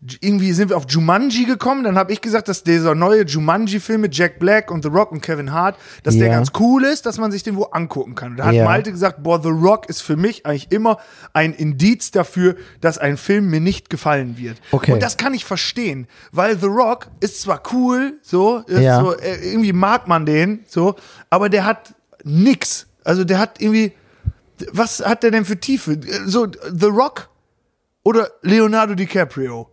[SPEAKER 1] j- irgendwie sind wir auf Jumanji gekommen. Dann habe ich gesagt, dass dieser neue Jumanji-Film mit Jack Black und The Rock und Kevin Hart, dass der
[SPEAKER 2] Ja.
[SPEAKER 1] ganz cool ist, dass man sich den wo angucken kann. Und da hat
[SPEAKER 2] Ja.
[SPEAKER 1] Malte gesagt, boah, The Rock ist für mich eigentlich immer ein Indiz dafür, dass ein Film mir nicht gefallen wird.
[SPEAKER 2] Okay.
[SPEAKER 1] Und das kann ich verstehen, weil The Rock ist zwar cool, so, ist
[SPEAKER 2] Ja.
[SPEAKER 1] so äh, irgendwie mag man den, so, aber der hat nix. Also der hat irgendwie, was hat der denn für Tiefe? Äh, So, The Rock oder Leonardo DiCaprio?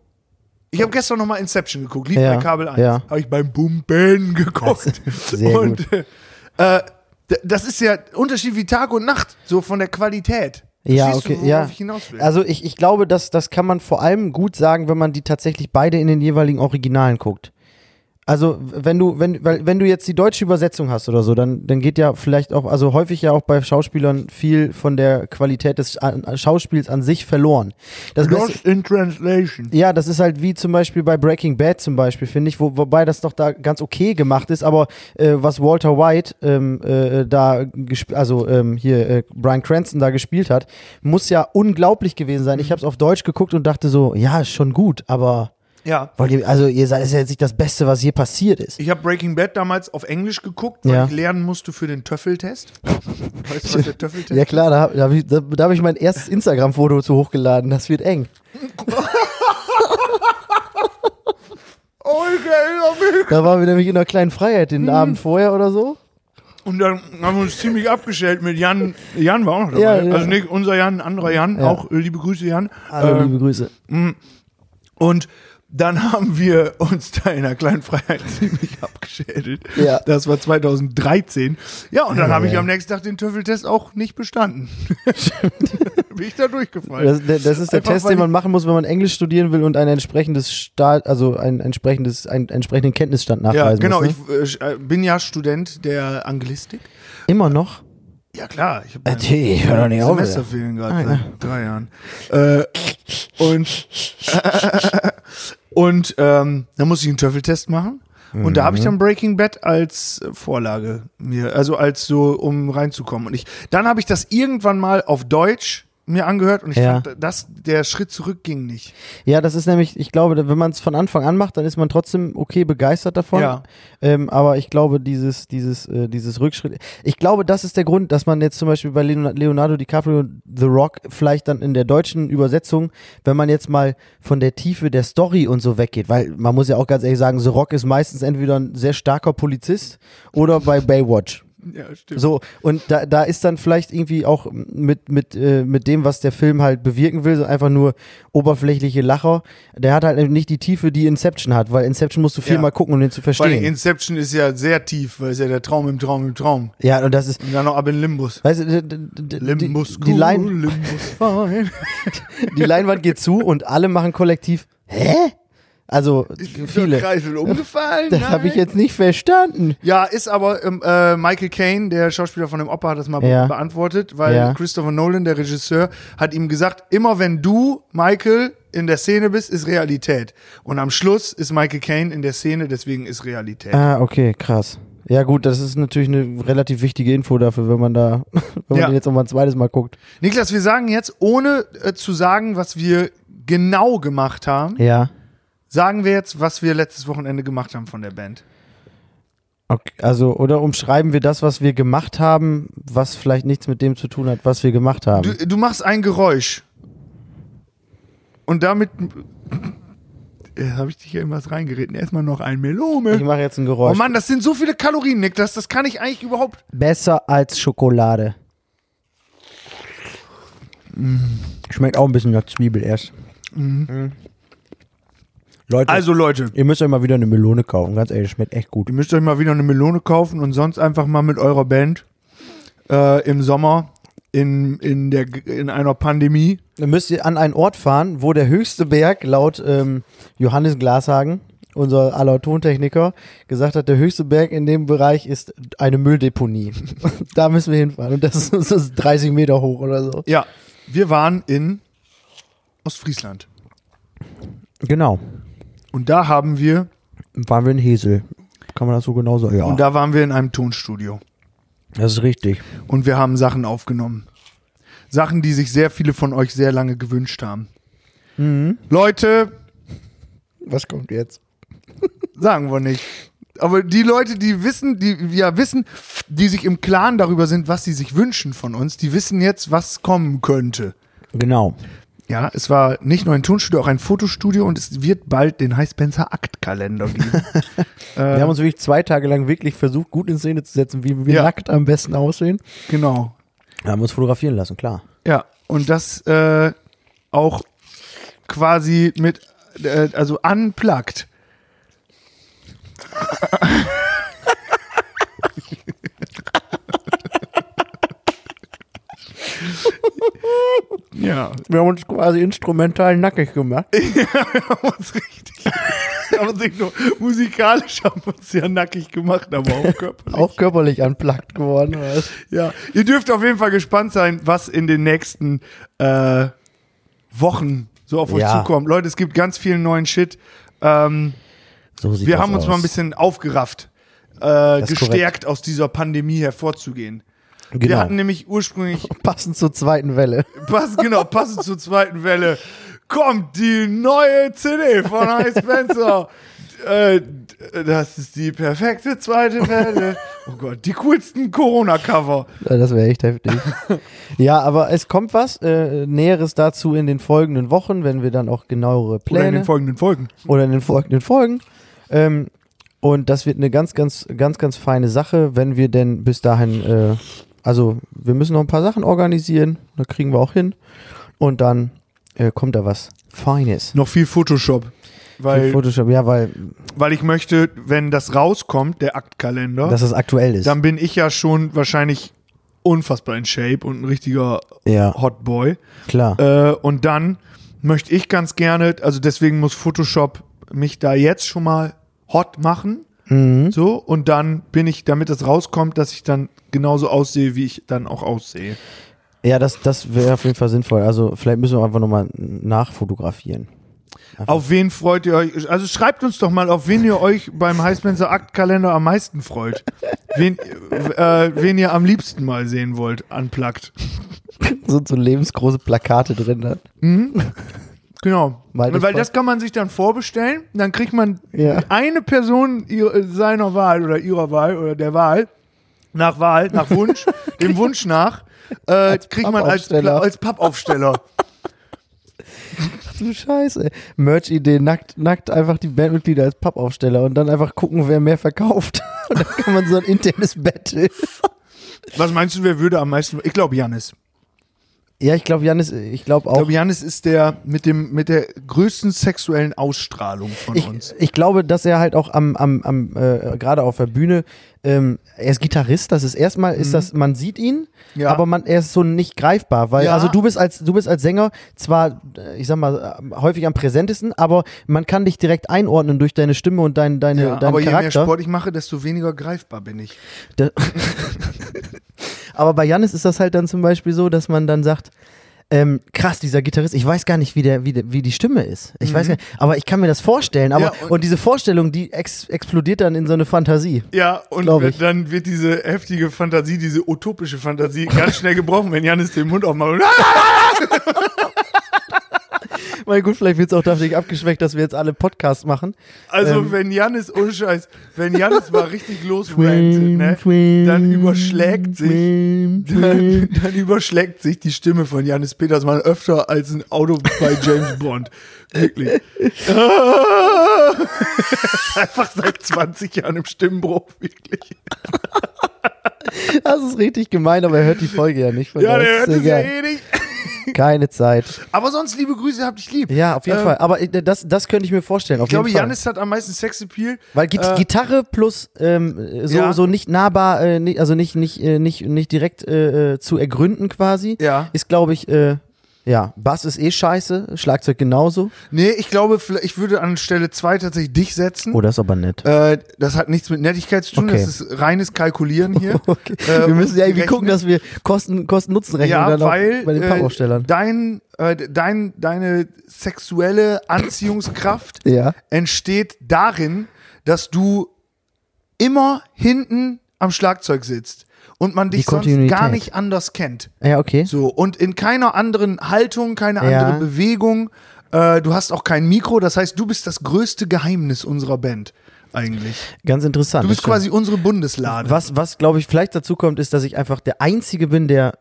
[SPEAKER 1] Ich habe gestern nochmal Inception geguckt, Lied
[SPEAKER 2] Ja,
[SPEAKER 1] bei Kabel 1.
[SPEAKER 2] ja.
[SPEAKER 1] Habe ich beim Bumpen geguckt.
[SPEAKER 2] sehr
[SPEAKER 1] und äh, äh, d- das ist ja Unterschied wie Tag und Nacht, so von der Qualität.
[SPEAKER 2] ja,
[SPEAKER 1] Verstehst
[SPEAKER 2] okay,
[SPEAKER 1] du, worauf
[SPEAKER 2] ja.
[SPEAKER 1] ich hinaus will?
[SPEAKER 2] also ich, ich glaube, das, das kann man vor allem gut sagen, wenn man die tatsächlich beide in den jeweiligen Originalen guckt. Also wenn du, wenn, weil, wenn du jetzt die deutsche Übersetzung hast oder so, dann, dann geht ja vielleicht auch, also häufig ja auch bei Schauspielern viel von der Qualität des an, Schauspiels an sich verloren. Das Beste,
[SPEAKER 1] Lost in Translation.
[SPEAKER 2] ja, das ist halt wie zum Beispiel bei Breaking Bad zum Beispiel, finde ich, wo, wobei das doch da ganz okay gemacht ist, aber äh, was Walter White ähm, äh, da, gesp- also ähm, hier äh, Brian Cranston da gespielt hat, muss ja unglaublich gewesen sein. Ich habe es auf Deutsch geguckt und dachte so, ja, ist schon gut, aber
[SPEAKER 1] Ja.
[SPEAKER 2] wollt ihr, also ihr seid, das ist ja jetzt nicht das Beste, was je passiert ist.
[SPEAKER 1] Ich habe Breaking Bad damals auf Englisch geguckt, weil
[SPEAKER 2] Ja.
[SPEAKER 1] ich lernen musste für den Töffeltest. Weißt du, was der Töffeltest
[SPEAKER 2] Ja klar, da habe da hab ich, da, da hab ich mein erstes Instagram-Foto zu hochgeladen, das wird eng.
[SPEAKER 1] Oh, ich erinnere mich.
[SPEAKER 2] Da waren wir nämlich in einer kleinen Freiheit den Abend vorher oder so.
[SPEAKER 1] Und dann haben wir uns ziemlich abgestellt mit Jan. Jan war auch noch dabei.
[SPEAKER 2] Ja, ja.
[SPEAKER 1] Also nicht unser Jan, ein anderer Jan.
[SPEAKER 2] Ja.
[SPEAKER 1] Auch äh, liebe Grüße, Jan.
[SPEAKER 2] Hallo,
[SPEAKER 1] Ähm,
[SPEAKER 2] liebe Grüße.
[SPEAKER 1] Und dann haben wir uns da in der kleinen Freiheit ziemlich abgeschädelt.
[SPEAKER 2] Ja.
[SPEAKER 1] Das war 2013. Ja, und dann habe ich
[SPEAKER 2] ja.
[SPEAKER 1] am nächsten Tag den Töffeltest auch nicht bestanden. Bin ich da durchgefallen.
[SPEAKER 2] Das, das das ist der
[SPEAKER 1] Einfach,
[SPEAKER 2] Test,
[SPEAKER 1] weil
[SPEAKER 2] den
[SPEAKER 1] ich-
[SPEAKER 2] man machen muss, wenn man Englisch studieren will und ein entsprechendes Staat, also ein entsprechendes, einen entsprechenden Kenntnisstand nachweisen
[SPEAKER 1] ja, genau.
[SPEAKER 2] muss. Ne?
[SPEAKER 1] Ich äh, bin ja Student der Anglistik.
[SPEAKER 2] Immer noch?
[SPEAKER 1] Ja, klar. Ich habe
[SPEAKER 2] Äh, die- ich hör doch nicht Ah, auf,
[SPEAKER 1] Semesterferien gerade seit drei Jahren. Äh, und und ähm, dann musste ich einen Töffeltest machen. Und da habe
[SPEAKER 2] Mhm.
[SPEAKER 1] ich dann Breaking Bad als äh, Vorlage mir, also als so, um reinzukommen. Und ich, dann habe ich das irgendwann mal auf Deutsch mir angehört und ich
[SPEAKER 2] Ja.
[SPEAKER 1] fand, das, der Schritt zurück ging nicht.
[SPEAKER 2] Ja, das ist nämlich, ich glaube, wenn man es von Anfang an macht, dann ist man trotzdem okay begeistert davon.
[SPEAKER 1] Ja.
[SPEAKER 2] Ähm, aber ich glaube, dieses, dieses, äh, dieses Rückschritt, ich glaube, das ist der Grund, dass man jetzt zum Beispiel bei Leon- Leonardo DiCaprio und The Rock vielleicht dann in der deutschen Übersetzung, wenn man jetzt mal von der Tiefe der Story und so weggeht, weil man muss ja auch ganz ehrlich sagen, The Rock ist meistens entweder ein sehr starker Polizist oder bei Baywatch.
[SPEAKER 1] Ja, stimmt.
[SPEAKER 2] So, und da, da ist dann vielleicht irgendwie auch mit, mit, äh, mit dem, was der Film halt bewirken will, so einfach nur oberflächliche Lacher. Der hat halt nicht die Tiefe, die Inception hat, weil Inception musst du viel
[SPEAKER 1] Ja.
[SPEAKER 2] mal gucken, um den zu
[SPEAKER 1] Vor allem
[SPEAKER 2] verstehen.
[SPEAKER 1] Inception ist ja sehr tief, weil es ja der Traum im Traum im Traum.
[SPEAKER 2] Ja, und das ist,
[SPEAKER 1] Und dann noch ab in Limbus.
[SPEAKER 2] weißt du, d- d- d-
[SPEAKER 1] Limbus,
[SPEAKER 2] die, die, Lein,
[SPEAKER 1] Limbus fein.
[SPEAKER 2] die Leinwand geht zu und alle machen kollektiv, hä? Also
[SPEAKER 1] Der
[SPEAKER 2] viele.
[SPEAKER 1] Kreisel umgefallen?
[SPEAKER 2] Das habe ich
[SPEAKER 1] Nein.
[SPEAKER 2] jetzt nicht verstanden.
[SPEAKER 1] Ja, ist aber ähm, äh, Michael Caine, der Schauspieler von dem Opa, hat das mal be-
[SPEAKER 2] Ja.
[SPEAKER 1] beantwortet, weil
[SPEAKER 2] Ja.
[SPEAKER 1] Christopher Nolan, der Regisseur, hat ihm gesagt, immer wenn du, Michael, in der Szene bist, ist Realität. Und am Schluss ist Michael Caine in der Szene, deswegen ist Realität.
[SPEAKER 2] Ah, okay, krass. Ja gut, das ist natürlich eine relativ wichtige Info dafür, wenn man da, wenn
[SPEAKER 1] Ja.
[SPEAKER 2] man den jetzt nochmal ein zweites Mal guckt.
[SPEAKER 1] Niklas, wir sagen jetzt, ohne äh, zu sagen, was wir genau gemacht haben,
[SPEAKER 2] Ja.
[SPEAKER 1] sagen wir jetzt, was wir letztes Wochenende gemacht haben von der Band.
[SPEAKER 2] Okay, also, oder umschreiben wir das, was wir gemacht haben, was vielleicht nichts mit dem zu tun hat, was wir gemacht haben.
[SPEAKER 1] Du, du machst ein Geräusch. Und damit habe ich dich ja irgendwas reingeritten. Erstmal noch ein Melome.
[SPEAKER 2] ich mache jetzt ein
[SPEAKER 1] Oh
[SPEAKER 2] Geräusch.
[SPEAKER 1] Mann, das sind so viele Kalorien, Niklas. Das kann ich eigentlich überhaupt.
[SPEAKER 2] Besser als Schokolade. Schmeckt auch ein bisschen nach Zwiebel erst. Mhm. Leute,
[SPEAKER 1] Also, Leute,
[SPEAKER 2] ihr müsst euch mal wieder eine Melone kaufen. Ganz ehrlich, schmeckt echt gut.
[SPEAKER 1] ihr müsst euch mal wieder eine Melone kaufen und sonst einfach mal mit eurer Band äh, im Sommer in, in, der, in einer Pandemie.
[SPEAKER 2] Dann müsst ihr an einen Ort fahren, wo der höchste Berg laut ähm, Johannes Glashagen unser aller Tontechniker, gesagt hat, der höchste Berg in dem Bereich ist eine Mülldeponie. da müssen wir hinfahren. Und das ist, das ist 30 Meter hoch oder so.
[SPEAKER 1] Ja, wir waren in Ostfriesland.
[SPEAKER 2] Genau.
[SPEAKER 1] Und da haben wir,
[SPEAKER 2] Waren wir in Hesel. Kann man das so genau sagen? Ja.
[SPEAKER 1] und da waren wir in einem Tonstudio.
[SPEAKER 2] das ist richtig.
[SPEAKER 1] Und wir haben Sachen aufgenommen. Sachen, die sich sehr viele von euch sehr lange gewünscht haben. Leute,
[SPEAKER 2] Was kommt jetzt?
[SPEAKER 1] sagen wir nicht. Aber die Leute, die wissen, die ja wissen, die sich im Klaren darüber sind, was sie sich wünschen von uns, die wissen jetzt, was kommen könnte.
[SPEAKER 2] Genau.
[SPEAKER 1] Ja, es war nicht nur ein Tonstudio, auch ein Fotostudio und es wird bald den Heißpenzer Aktkalender geben.
[SPEAKER 2] Wir haben uns wirklich zwei Tage lang wirklich versucht, gut in Szene zu setzen, wie wir
[SPEAKER 1] Ja.
[SPEAKER 2] nackt am besten aussehen.
[SPEAKER 1] genau.
[SPEAKER 2] Haben uns fotografieren lassen, klar.
[SPEAKER 1] Ja, und das äh, auch quasi mit, äh, also unplugged. ja,
[SPEAKER 2] Wir haben uns quasi instrumental nackig gemacht.
[SPEAKER 1] haben uns richtig, haben uns nicht nur musikalisch haben wir uns ja nackig gemacht, aber auch körperlich.
[SPEAKER 2] Auch körperlich anplagt geworden. oder was?
[SPEAKER 1] Ja, ihr dürft auf jeden Fall gespannt sein, was in den nächsten äh, Wochen so auf euch
[SPEAKER 2] Ja.
[SPEAKER 1] zukommt. Leute, es gibt ganz viel neuen Shit. Ähm,
[SPEAKER 2] So sieht
[SPEAKER 1] wir
[SPEAKER 2] das
[SPEAKER 1] haben uns
[SPEAKER 2] aus.
[SPEAKER 1] mal ein bisschen aufgerafft, äh,
[SPEAKER 2] ist
[SPEAKER 1] gestärkt aus dieser Pandemie hervorzugehen. Wir hatten
[SPEAKER 2] genau.
[SPEAKER 1] nämlich ursprünglich,
[SPEAKER 2] passend zur zweiten Welle.
[SPEAKER 1] pass, genau, passend zur zweiten Welle, kommt die neue CD von High Spencer. Äh, d- das ist die perfekte zweite Welle. Oh Gott, die coolsten Corona-Cover.
[SPEAKER 2] Ja, Das wäre echt heftig. ja, aber es kommt was äh, Näheres dazu in den folgenden Wochen, wenn wir dann auch genauere
[SPEAKER 1] Oder in
[SPEAKER 2] Pläne
[SPEAKER 1] den folgenden Folgen.
[SPEAKER 2] oder in den folgenden Folgen. Ähm, und das wird eine ganz, ganz, ganz, ganz feine Sache, wenn wir denn bis dahin, äh, also wir müssen noch ein paar Sachen organisieren, da kriegen wir auch hin. Und dann äh, kommt da was Feines.
[SPEAKER 1] Noch viel Photoshop.
[SPEAKER 2] Viel
[SPEAKER 1] Weil,
[SPEAKER 2] Photoshop, ja, weil
[SPEAKER 1] weil ich möchte, wenn das rauskommt, der Aktkalender,
[SPEAKER 2] dass das aktuell ist.
[SPEAKER 1] dann bin ich ja schon wahrscheinlich unfassbar in Shape und ein richtiger
[SPEAKER 2] Ja,
[SPEAKER 1] Hotboy.
[SPEAKER 2] klar.
[SPEAKER 1] Äh, und dann möchte ich ganz gerne, also deswegen muss Photoshop mich da jetzt schon mal hot machen.
[SPEAKER 2] Mhm.
[SPEAKER 1] So, und dann bin ich, damit das rauskommt, dass ich dann genauso aussehe, wie ich dann auch aussehe.
[SPEAKER 2] Ja, das, das wäre auf jeden Fall sinnvoll. Also vielleicht müssen wir einfach nochmal nachfotografieren.
[SPEAKER 1] Auf wen freut ihr euch? Also schreibt uns doch mal, auf wen ihr euch beim Heißmenser Aktkalender am meisten freut. Wen, äh, wen ihr am liebsten mal sehen wollt, anplagt.
[SPEAKER 2] Sind so lebensgroße Plakate drin. Ne?
[SPEAKER 1] Genau.
[SPEAKER 2] Weil das
[SPEAKER 1] Weil das kann man sich dann vorbestellen. Dann kriegt man
[SPEAKER 2] Ja.
[SPEAKER 1] eine Person ihr- äh, seiner Wahl oder ihrer Wahl oder der Wahl nach Wahl, nach Wunsch, dem Wunsch nach, äh, kriegt man als,
[SPEAKER 2] Pappaufsteller.
[SPEAKER 1] als Pappaufsteller.
[SPEAKER 2] Ach du Scheiße. Merch-Idee, nackt, nackt einfach die Bandmitglieder als Pappaufsteller und dann einfach gucken, wer mehr verkauft. Und dann kann man so ein internes Battle.
[SPEAKER 1] Was meinst du, wer würde am meisten? Ich glaube, Janis.
[SPEAKER 2] Ja, ich glaube, Janis, ich glaube
[SPEAKER 1] Ich
[SPEAKER 2] auch.
[SPEAKER 1] glaube, Janis ist der mit, dem, mit der größten sexuellen Ausstrahlung von
[SPEAKER 2] Ich,
[SPEAKER 1] uns.
[SPEAKER 2] ich glaube, dass er halt auch am, am, am äh, gerade auf der Bühne, ähm, er ist Gitarrist, das ist erstmal, ist das, man sieht ihn,
[SPEAKER 1] Mhm. Ja.
[SPEAKER 2] aber man, er ist so nicht greifbar, weil,
[SPEAKER 1] Ja.
[SPEAKER 2] also du bist als, du bist als Sänger zwar, äh, ich sag mal, äh, häufig am präsentesten, aber man kann dich direkt einordnen durch deine Stimme und dein, deine,
[SPEAKER 1] Ja,
[SPEAKER 2] deinen
[SPEAKER 1] aber je mehr
[SPEAKER 2] Charakter.
[SPEAKER 1] Sport ich mache, desto weniger greifbar bin ich.
[SPEAKER 2] Da- Aber bei Janis ist das halt dann zum Beispiel so, dass man dann sagt, ähm, krass, dieser Gitarrist, ich weiß gar nicht, wie, der, wie, der, wie die Stimme ist. Ich weiß gar nicht, aber ich kann mir das vorstellen. Aber,
[SPEAKER 1] Mhm. Ja,
[SPEAKER 2] und,
[SPEAKER 1] und-
[SPEAKER 2] diese Vorstellung, die ex explodiert dann in so eine Fantasie.
[SPEAKER 1] Ja, und
[SPEAKER 2] Glaub
[SPEAKER 1] wenn-
[SPEAKER 2] ich.
[SPEAKER 1] dann wird diese heftige Fantasie, diese utopische Fantasie ganz schnell gebrochen, wenn Janis den Mund aufmacht. Und, ah!
[SPEAKER 2] Mein Gott, vielleicht wird es auch dadurch abgeschwächt, dass wir jetzt alle Podcasts machen.
[SPEAKER 1] Also
[SPEAKER 2] Ähm.
[SPEAKER 1] wenn Janis, ohne Scheiß, wenn Janis mal richtig losrantet, ne, dann überschlägt sich, dann, dann überschlägt sich die Stimme von Janis Petersmann öfter als ein Auto bei James Bond. Wirklich. Ah! Einfach seit 20 Jahren im Stimmbruch, wirklich.
[SPEAKER 2] Das ist richtig gemein, aber er hört die Folge ja nicht. Von
[SPEAKER 1] Ja, der
[SPEAKER 2] daher ist
[SPEAKER 1] hört es ja
[SPEAKER 2] egal.
[SPEAKER 1] eh nicht.
[SPEAKER 2] Keine Zeit.
[SPEAKER 1] Aber sonst, liebe Grüße, habt dich lieb.
[SPEAKER 2] Ja, auf jeden
[SPEAKER 1] Ähm,
[SPEAKER 2] Fall. Aber äh, das, das könnte ich mir vorstellen. Auf
[SPEAKER 1] Ich glaube,
[SPEAKER 2] jeden Fall.
[SPEAKER 1] Janis hat am meisten Sexappeal.
[SPEAKER 2] Weil Git
[SPEAKER 1] Äh,
[SPEAKER 2] Gitarre plus ähm, so,
[SPEAKER 1] Ja.
[SPEAKER 2] so nicht nahbar, äh, nicht, also nicht, nicht, äh, nicht, nicht direkt äh, äh, zu ergründen quasi,
[SPEAKER 1] Ja.
[SPEAKER 2] ist, glaube ich, äh, Ja, Bass ist eh scheiße, Schlagzeug genauso.
[SPEAKER 1] Nee, ich glaube, vielleicht- ich würde an Stelle 2 tatsächlich dich setzen.
[SPEAKER 2] Oh, das ist aber nett.
[SPEAKER 1] Äh, das hat nichts mit Nettigkeit zu tun,
[SPEAKER 2] Okay.
[SPEAKER 1] das ist reines Kalkulieren hier.
[SPEAKER 2] Okay.
[SPEAKER 1] äh,
[SPEAKER 2] wir müssen ja irgendwie
[SPEAKER 1] rechnen-
[SPEAKER 2] gucken, dass wir Kosten, Kosten-Nutzen-Rechnung
[SPEAKER 1] Ja,
[SPEAKER 2] dann auch
[SPEAKER 1] weil
[SPEAKER 2] bei den
[SPEAKER 1] äh,
[SPEAKER 2] Pappaufstellern.
[SPEAKER 1] dein, äh, dein, deine sexuelle Anziehungskraft
[SPEAKER 2] ja.
[SPEAKER 1] entsteht darin, dass du immer hinten am Schlagzeug sitzt und man dich sonst
[SPEAKER 2] Kontinuität.
[SPEAKER 1] gar nicht anders kennt.
[SPEAKER 2] Ja, okay.
[SPEAKER 1] So, und in keiner anderen Haltung, keine andere
[SPEAKER 2] Ja.
[SPEAKER 1] Bewegung. Äh, du hast auch kein Mikro, das heißt, du bist das größte Geheimnis unserer Band eigentlich.
[SPEAKER 2] Ganz interessant.
[SPEAKER 1] Du
[SPEAKER 2] das
[SPEAKER 1] bist
[SPEAKER 2] stimmt.
[SPEAKER 1] quasi unsere Bundeslade.
[SPEAKER 2] Was, was glaube ich, vielleicht dazu kommt, ist, dass ich einfach der Einzige bin, der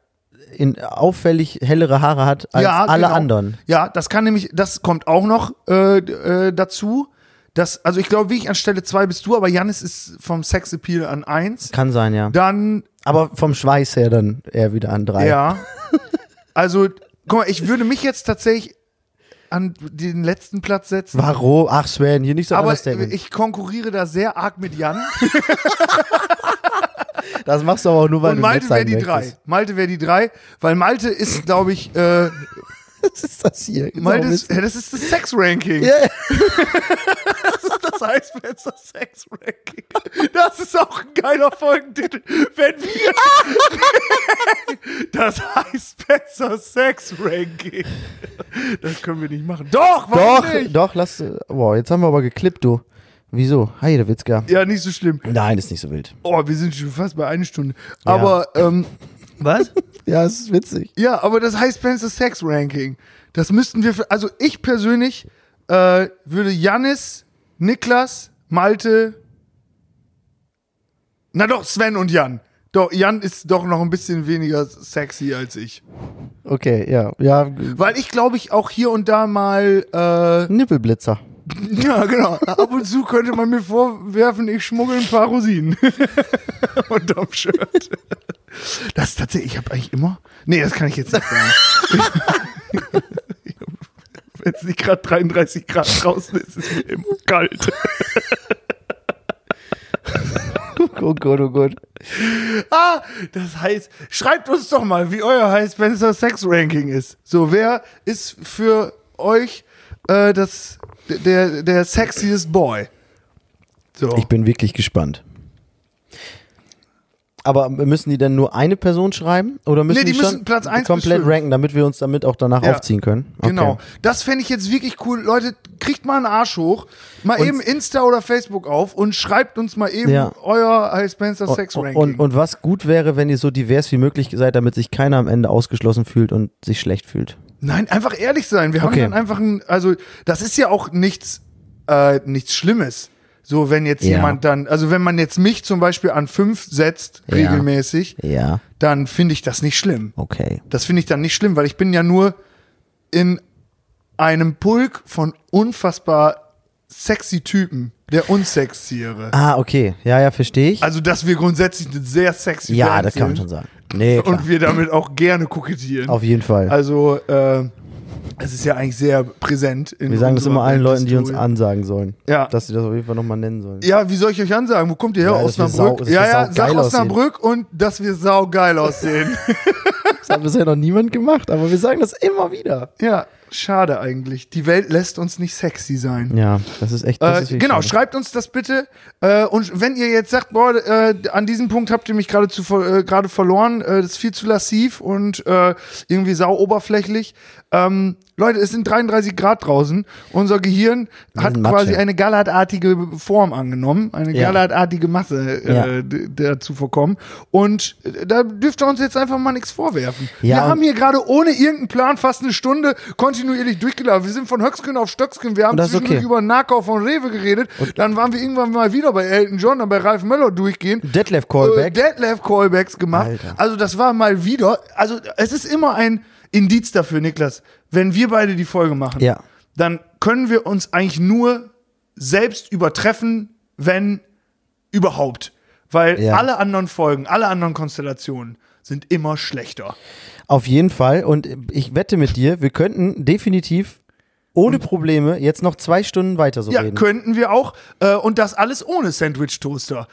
[SPEAKER 2] in auffällig hellere Haare hat als alle
[SPEAKER 1] genau.
[SPEAKER 2] anderen.
[SPEAKER 1] Ja, das kann nämlich, das kommt auch noch äh, äh, dazu. Das, also ich glaube, wie ich an Stelle 2 bist du, aber Janis ist vom Sexappeal an 1.
[SPEAKER 2] Kann sein, ja.
[SPEAKER 1] Dann,
[SPEAKER 2] Aber vom Schweiß her dann eher wieder an drei.
[SPEAKER 1] ja. Also, guck mal, ich würde mich jetzt tatsächlich an den letzten Platz setzen.
[SPEAKER 2] Warum? Ach Sven, hier nicht so
[SPEAKER 1] aber
[SPEAKER 2] Understatement.
[SPEAKER 1] ich konkurriere da sehr arg mit Jan.
[SPEAKER 2] das machst du aber auch nur, weil
[SPEAKER 1] Und
[SPEAKER 2] du nett
[SPEAKER 1] Malte wäre
[SPEAKER 2] sein
[SPEAKER 1] die drei.
[SPEAKER 2] möchtest.
[SPEAKER 1] Malte wäre die drei, weil Malte ist, glaube ich, äh,
[SPEAKER 2] Was ist das hier? Ist
[SPEAKER 1] Malte
[SPEAKER 2] auch
[SPEAKER 1] ist,
[SPEAKER 2] witzig.
[SPEAKER 1] ja, das ist das Sex-Ranking.
[SPEAKER 2] Ja.
[SPEAKER 1] das ist das Eisblätter Sex-Ranking. Das ist auch ein geiler Folgentitel. Wenn wir das Eisblätter Sex-Ranking. Das können wir nicht machen. Doch, warum
[SPEAKER 2] doch,
[SPEAKER 1] nicht?
[SPEAKER 2] doch, lass. Wow, jetzt haben wir aber geklippt, du. Wieso? Heidewitzka.
[SPEAKER 1] Ja, nicht so schlimm.
[SPEAKER 2] Nein, ist nicht so wild.
[SPEAKER 1] Oh, wir sind schon fast bei einer Stunde. Aber, ähm,
[SPEAKER 2] Was? ja, es ist witzig.
[SPEAKER 1] Ja, aber das heißt Spencer Sex Ranking. Das müssten wir, für, also ich persönlich äh, würde Jannis, Niklas, Malte, na doch, Sven und Jan. Doch, Jan ist doch noch ein bisschen weniger sexy als ich.
[SPEAKER 2] Okay, ja. Ja,
[SPEAKER 1] Weil ich glaube ich auch hier und da mal, äh,
[SPEAKER 2] Nippelblitzer.
[SPEAKER 1] ja genau, ab und zu könnte man mir vorwerfen, ich schmuggel ein paar Rosinen. Unterm Shirt. Das ist tatsächlich, ich habe eigentlich immer, nee, das kann ich jetzt nicht sagen. wenn es nicht gerade 33 Grad draußen ist, ist mir immer kalt.
[SPEAKER 2] Oh Gott, oh Gott.
[SPEAKER 1] Ah, das heißt, schreibt uns doch mal, wie euer heißt Spencer Sex Ranking ist. So, wer ist für euch äh, das, der, der sexiest Boy? So.
[SPEAKER 2] Ich bin wirklich gespannt. Aber müssen die denn nur eine Person schreiben? Oder müssen
[SPEAKER 1] Nee, die
[SPEAKER 2] schon
[SPEAKER 1] müssen Platz eins bis
[SPEAKER 2] komplett
[SPEAKER 1] fünf.
[SPEAKER 2] ranken, damit wir uns damit auch danach
[SPEAKER 1] Ja.
[SPEAKER 2] aufziehen können? Okay.
[SPEAKER 1] Genau. Das fände ich jetzt wirklich cool. Leute, kriegt mal einen Arsch hoch, mal eben Insta oder Facebook auf und schreibt uns mal eben
[SPEAKER 2] Ja.
[SPEAKER 1] euer High Spencer Sex
[SPEAKER 2] Und,
[SPEAKER 1] Ranking.
[SPEAKER 2] und, und was gut wäre, wenn ihr so divers wie möglich seid, damit sich keiner am Ende ausgeschlossen fühlt und sich schlecht fühlt.
[SPEAKER 1] Nein, einfach ehrlich sein. Wir haben
[SPEAKER 2] Okay.
[SPEAKER 1] dann einfach ein, also das ist ja auch nichts, äh, nichts Schlimmes. So, wenn jetzt
[SPEAKER 2] Ja.
[SPEAKER 1] jemand dann, also wenn man jetzt mich zum Beispiel an fünf setzt,
[SPEAKER 2] Ja.
[SPEAKER 1] regelmäßig,
[SPEAKER 2] Ja,
[SPEAKER 1] dann finde ich das nicht schlimm.
[SPEAKER 2] okay.
[SPEAKER 1] Das finde ich dann nicht schlimm, weil ich bin ja nur in einem Pulk von unfassbar sexy Typen, der unsexiere.
[SPEAKER 2] Ah, okay. Ja, ja, verstehe ich.
[SPEAKER 1] Also, dass wir grundsätzlich eine sehr sexy
[SPEAKER 2] ja,
[SPEAKER 1] Band
[SPEAKER 2] das kann man schon
[SPEAKER 1] sind
[SPEAKER 2] sagen. Nee, klar.
[SPEAKER 1] Und wir damit auch gerne kokettieren.
[SPEAKER 2] Auf jeden Fall.
[SPEAKER 1] Also, äh, es ist ja eigentlich sehr präsent. In
[SPEAKER 2] wir sagen das
[SPEAKER 1] unserer
[SPEAKER 2] immer allen Leuten, die uns
[SPEAKER 1] Bandhistorie.
[SPEAKER 2] ansagen sollen.
[SPEAKER 1] Ja.
[SPEAKER 2] Dass sie das auf jeden Fall nochmal nennen sollen.
[SPEAKER 1] Ja, wie soll ich euch ansagen? Wo kommt ihr her?
[SPEAKER 2] Ja, dass wir sau-
[SPEAKER 1] Osnabrück?
[SPEAKER 2] dass wir
[SPEAKER 1] ja, ja,
[SPEAKER 2] saugeil
[SPEAKER 1] sag
[SPEAKER 2] aussehen.
[SPEAKER 1] Osnabrück und dass wir saugeil aussehen.
[SPEAKER 2] Das hat bisher noch niemand gemacht, aber wir sagen das immer wieder.
[SPEAKER 1] ja, schade eigentlich. Die Welt lässt uns nicht sexy sein.
[SPEAKER 2] Ja, das ist echt. Das
[SPEAKER 1] Äh,
[SPEAKER 2] ist wirklich
[SPEAKER 1] genau,
[SPEAKER 2] schade.
[SPEAKER 1] schreibt uns das bitte. Äh, und wenn ihr jetzt sagt, boah, äh, an diesem Punkt habt ihr mich gerade zu ver äh, gerade verloren, äh, das ist viel zu lassiv und äh, irgendwie sau oberflächlich. Ähm, Leute, es sind 33 Grad draußen. Unser Gehirn hat
[SPEAKER 2] sind Matsche.
[SPEAKER 1] quasi eine gallertartige Form angenommen, eine
[SPEAKER 2] Ja.
[SPEAKER 1] gallertartige Masse äh,
[SPEAKER 2] Ja.
[SPEAKER 1] d- dazu verkommen. Und äh, da dürft ihr uns jetzt einfach mal nichts vorwerfen.
[SPEAKER 2] Ja,
[SPEAKER 1] wir
[SPEAKER 2] und-
[SPEAKER 1] haben hier gerade ohne irgendeinen Plan fast eine Stunde kontinuierlich durchgelaufen. Wir sind von Höcksken auf Stöcksken. Wir haben
[SPEAKER 2] Und das ist
[SPEAKER 1] zwischendurch
[SPEAKER 2] okay.
[SPEAKER 1] über Nahkauf von Rewe geredet. dann waren wir irgendwann mal wieder bei Elton John, dann bei Ralf Möller durchgehen.
[SPEAKER 2] Detlef Callback.
[SPEAKER 1] Äh, Detlef Callbacks gemacht.
[SPEAKER 2] Alter.
[SPEAKER 1] Also das war mal wieder, also es ist immer ein Indiz dafür, Niklas, wenn wir beide die Folge machen,
[SPEAKER 2] Ja.
[SPEAKER 1] dann können wir uns eigentlich nur selbst übertreffen, wenn überhaupt. Weil
[SPEAKER 2] Ja.
[SPEAKER 1] alle anderen Folgen, alle anderen Konstellationen sind immer schlechter.
[SPEAKER 2] Auf jeden Fall. Und ich wette mit dir, wir könnten definitiv ohne Probleme jetzt noch zwei Stunden weiter so
[SPEAKER 1] Ja,
[SPEAKER 2] reden.
[SPEAKER 1] könnten wir auch. Äh, und das alles ohne Sandwich-Toaster.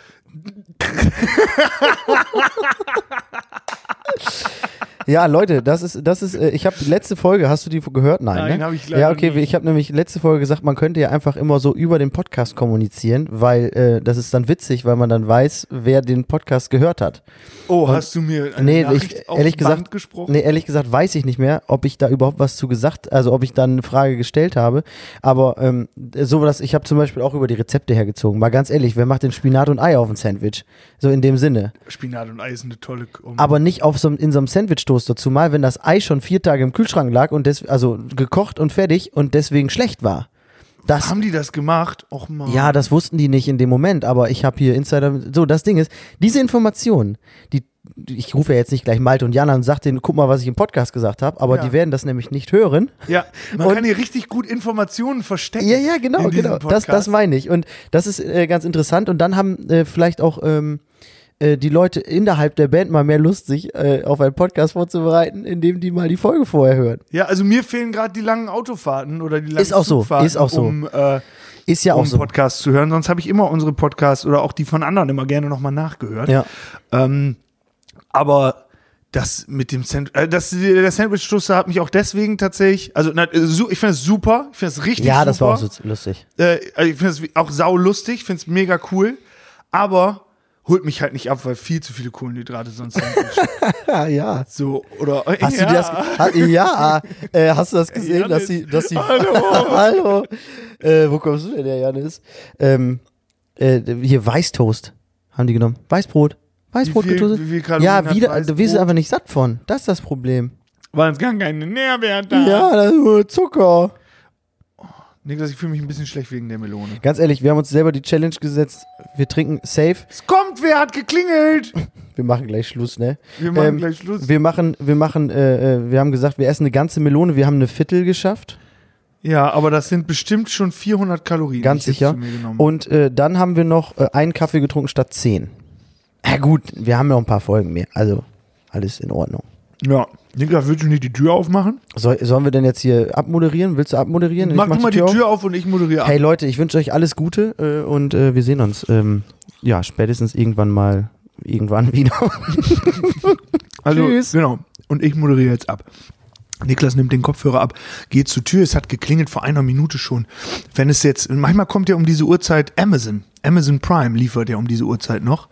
[SPEAKER 2] Ja, Leute, das ist, das ist, äh, ich habe die letzte Folge, hast du die gehört? Nein,
[SPEAKER 1] Nein,
[SPEAKER 2] ne?
[SPEAKER 1] hab ich leider
[SPEAKER 2] Ja, okay,
[SPEAKER 1] nicht.
[SPEAKER 2] ich habe nämlich letzte Folge gesagt, man könnte ja einfach immer so über den Podcast kommunizieren, weil äh, das ist dann witzig, weil man dann weiß, wer den Podcast gehört hat.
[SPEAKER 1] Oh, hast du mir eine
[SPEAKER 2] Nee,
[SPEAKER 1] Nachricht
[SPEAKER 2] ich,
[SPEAKER 1] auf
[SPEAKER 2] ehrlich
[SPEAKER 1] Band
[SPEAKER 2] gesagt,
[SPEAKER 1] gesprochen?
[SPEAKER 2] nee, ehrlich gesagt weiß ich nicht mehr, ob ich da überhaupt was zu gesagt, also ob ich dann eine Frage gestellt habe. Aber ähm, so dass ich habe zum Beispiel auch über die Rezepte hergezogen. Mal ganz ehrlich, wer macht denn Spinat und Ei auf ein Sandwich? So in dem Sinne.
[SPEAKER 1] Spinat und Ei ist eine tolle Kombi.
[SPEAKER 2] Aber nicht auf so, einem- in so einem Sandwich-Toaster, zumal wenn das Ei schon vier Tage im Kühlschrank lag und des, also gekocht und fertig und deswegen schlecht war. Das
[SPEAKER 1] Haben die das gemacht? Och man.
[SPEAKER 2] ja, das wussten die nicht in dem Moment, aber ich habe hier Insider. So, das Ding ist, diese Informationen, die ich rufe ja jetzt nicht gleich Malte und Jan an und sage denen, guck mal, was ich im Podcast gesagt habe, aber
[SPEAKER 1] Ja.
[SPEAKER 2] die werden das nämlich nicht hören.
[SPEAKER 1] Ja, man
[SPEAKER 2] Und-
[SPEAKER 1] kann hier richtig gut Informationen verstecken.
[SPEAKER 2] Ja, ja, genau,
[SPEAKER 1] in diesem
[SPEAKER 2] genau. Das, das
[SPEAKER 1] Podcast.
[SPEAKER 2] meine ich. Und das ist äh, ganz interessant. Und dann haben äh, vielleicht auch ähm, äh, die Leute innerhalb der Band mal mehr Lust, sich äh, auf einen Podcast vorzubereiten, indem die mal die Folge vorher hören.
[SPEAKER 1] Ja, also mir fehlen gerade die langen Autofahrten oder die langen
[SPEAKER 2] Ist auch so,
[SPEAKER 1] Zugfahrten,
[SPEAKER 2] ist auch so.
[SPEAKER 1] um, äh,
[SPEAKER 2] Ist ja
[SPEAKER 1] um
[SPEAKER 2] auch so.
[SPEAKER 1] Podcasts zu hören. Sonst habe ich immer unsere Podcasts oder auch die von anderen immer gerne nochmal nachgehört.
[SPEAKER 2] Ja.
[SPEAKER 1] Ähm, aber das mit dem Sand äh, das, der Sandwich-Toaster hat mich auch deswegen tatsächlich, also na, äh, su- ich finde es super, ich finde es richtig
[SPEAKER 2] ja,
[SPEAKER 1] super.
[SPEAKER 2] das war auch so lustig.
[SPEAKER 1] Äh, also ich finde es auch saulustig, finde es mega cool, aber holt mich halt nicht ab, weil viel zu viele Kohlenhydrate sonst sind.
[SPEAKER 2] Ja, ja.
[SPEAKER 1] so oder
[SPEAKER 2] Hast
[SPEAKER 1] ja.
[SPEAKER 2] du dir das, ha, ja, äh, hast du das gesehen,
[SPEAKER 1] Janis.
[SPEAKER 2] dass sie, dass sie,
[SPEAKER 1] Hallo.
[SPEAKER 2] hallo, äh, wo kommst du denn her, Janis? Ähm, äh, hier Weißtoast haben die genommen, Weißbrot, Weißbrot
[SPEAKER 1] Wie viel-
[SPEAKER 2] getoastet.
[SPEAKER 1] wie viel Kalorien
[SPEAKER 2] Ja,
[SPEAKER 1] hat
[SPEAKER 2] wieder, du wirst
[SPEAKER 1] Weißbrot?
[SPEAKER 2] einfach nicht satt von, das ist das Problem.
[SPEAKER 1] Weil es gar keine Nährwert da.
[SPEAKER 2] Ja, das ist nur Zucker.
[SPEAKER 1] Niklas, ich fühle mich ein bisschen schlecht wegen der Melone.
[SPEAKER 2] Ganz ehrlich, wir haben uns selber die Challenge gesetzt, wir trinken safe,
[SPEAKER 1] Es kommt, wer hat geklingelt?
[SPEAKER 2] wir machen gleich Schluss, ne?
[SPEAKER 1] Wir machen gleich Schluss.
[SPEAKER 2] Wir machen, wir machen, äh, äh, wir haben gesagt, wir essen eine ganze Melone, wir haben eine Viertel geschafft.
[SPEAKER 1] Ja, aber das sind bestimmt schon 400 Kalorien.
[SPEAKER 2] Ganz
[SPEAKER 1] die ich
[SPEAKER 2] sicher.
[SPEAKER 1] jetzt zu mir genommen
[SPEAKER 2] Und äh, dann haben wir noch äh, einen Kaffee getrunken statt zehn. Ja gut, wir haben noch ein paar Folgen mehr. Also alles in Ordnung.
[SPEAKER 1] habe. ja, Niklas, willst du nicht die Tür aufmachen?
[SPEAKER 2] Soll, sollen wir denn jetzt hier abmoderieren? Willst du abmoderieren? Ich
[SPEAKER 1] Mach, du mal die
[SPEAKER 2] auf.
[SPEAKER 1] Tür auf und ich moderiere ab.
[SPEAKER 2] Hey Leute, ich wünsche euch alles Gute äh, und äh, wir sehen uns. Ähm, ja, spätestens irgendwann mal, irgendwann wieder.
[SPEAKER 1] Also,
[SPEAKER 2] Tschüss.
[SPEAKER 1] Genau. Und ich moderiere jetzt ab. Niklas nimmt den Kopfhörer ab, geht zur Tür. Es hat geklingelt vor einer Minute schon. Wenn es jetzt, manchmal kommt ja um diese Uhrzeit Amazon. Amazon Prime liefert ja um diese Uhrzeit noch.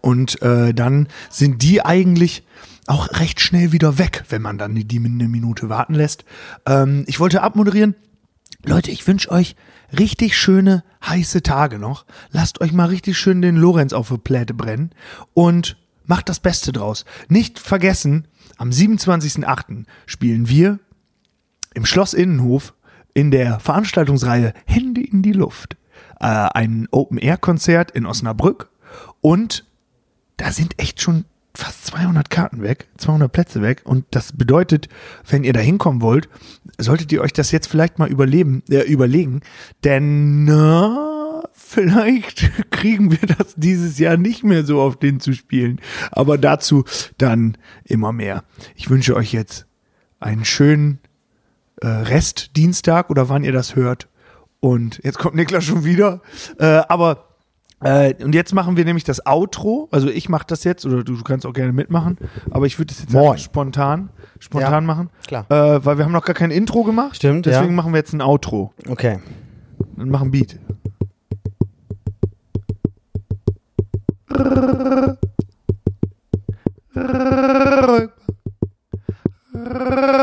[SPEAKER 1] Und äh, dann sind die eigentlich auch recht schnell wieder weg, wenn man dann die, die eine Minute warten lässt. Ähm, ich wollte abmoderieren. Leute, ich wünsche euch richtig schöne, heiße Tage noch. Lasst euch mal richtig schön den Lorenz auf die Pläte brennen und macht das Beste draus. Nicht vergessen, am 27.08. spielen wir im Schloss Innenhof in der Veranstaltungsreihe Hände in die Luft. Äh, ein Open-Air-Konzert in Osnabrück und da sind echt schon fast 200 Karten weg, 200 Plätze weg. Und das bedeutet, wenn ihr da hinkommen wollt, solltet ihr euch das jetzt vielleicht mal überleben, äh, überlegen. Denn na, vielleicht kriegen wir das dieses Jahr nicht mehr so auf den zu spielen. Aber dazu dann immer mehr. Ich wünsche euch jetzt einen schönen äh, Restdienstag oder wann ihr das hört. Und jetzt kommt Niklas schon wieder. Äh, aber äh, und jetzt machen wir nämlich das Outro. Also ich mache das jetzt oder du, du kannst auch gerne mitmachen. Aber ich würde das jetzt
[SPEAKER 2] Moin.
[SPEAKER 1] einfach spontan, spontan
[SPEAKER 2] Ja,
[SPEAKER 1] machen.
[SPEAKER 2] klar.
[SPEAKER 1] Äh, weil wir haben noch gar kein Intro gemacht.
[SPEAKER 2] Stimmt,
[SPEAKER 1] Deswegen
[SPEAKER 2] ja.
[SPEAKER 1] machen wir jetzt ein Outro
[SPEAKER 2] Okay.
[SPEAKER 1] und machen Beat.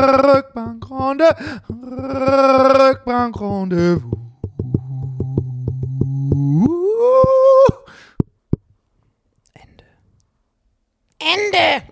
[SPEAKER 1] Rückbankrunde, Rückbankrunde.
[SPEAKER 2] Ende.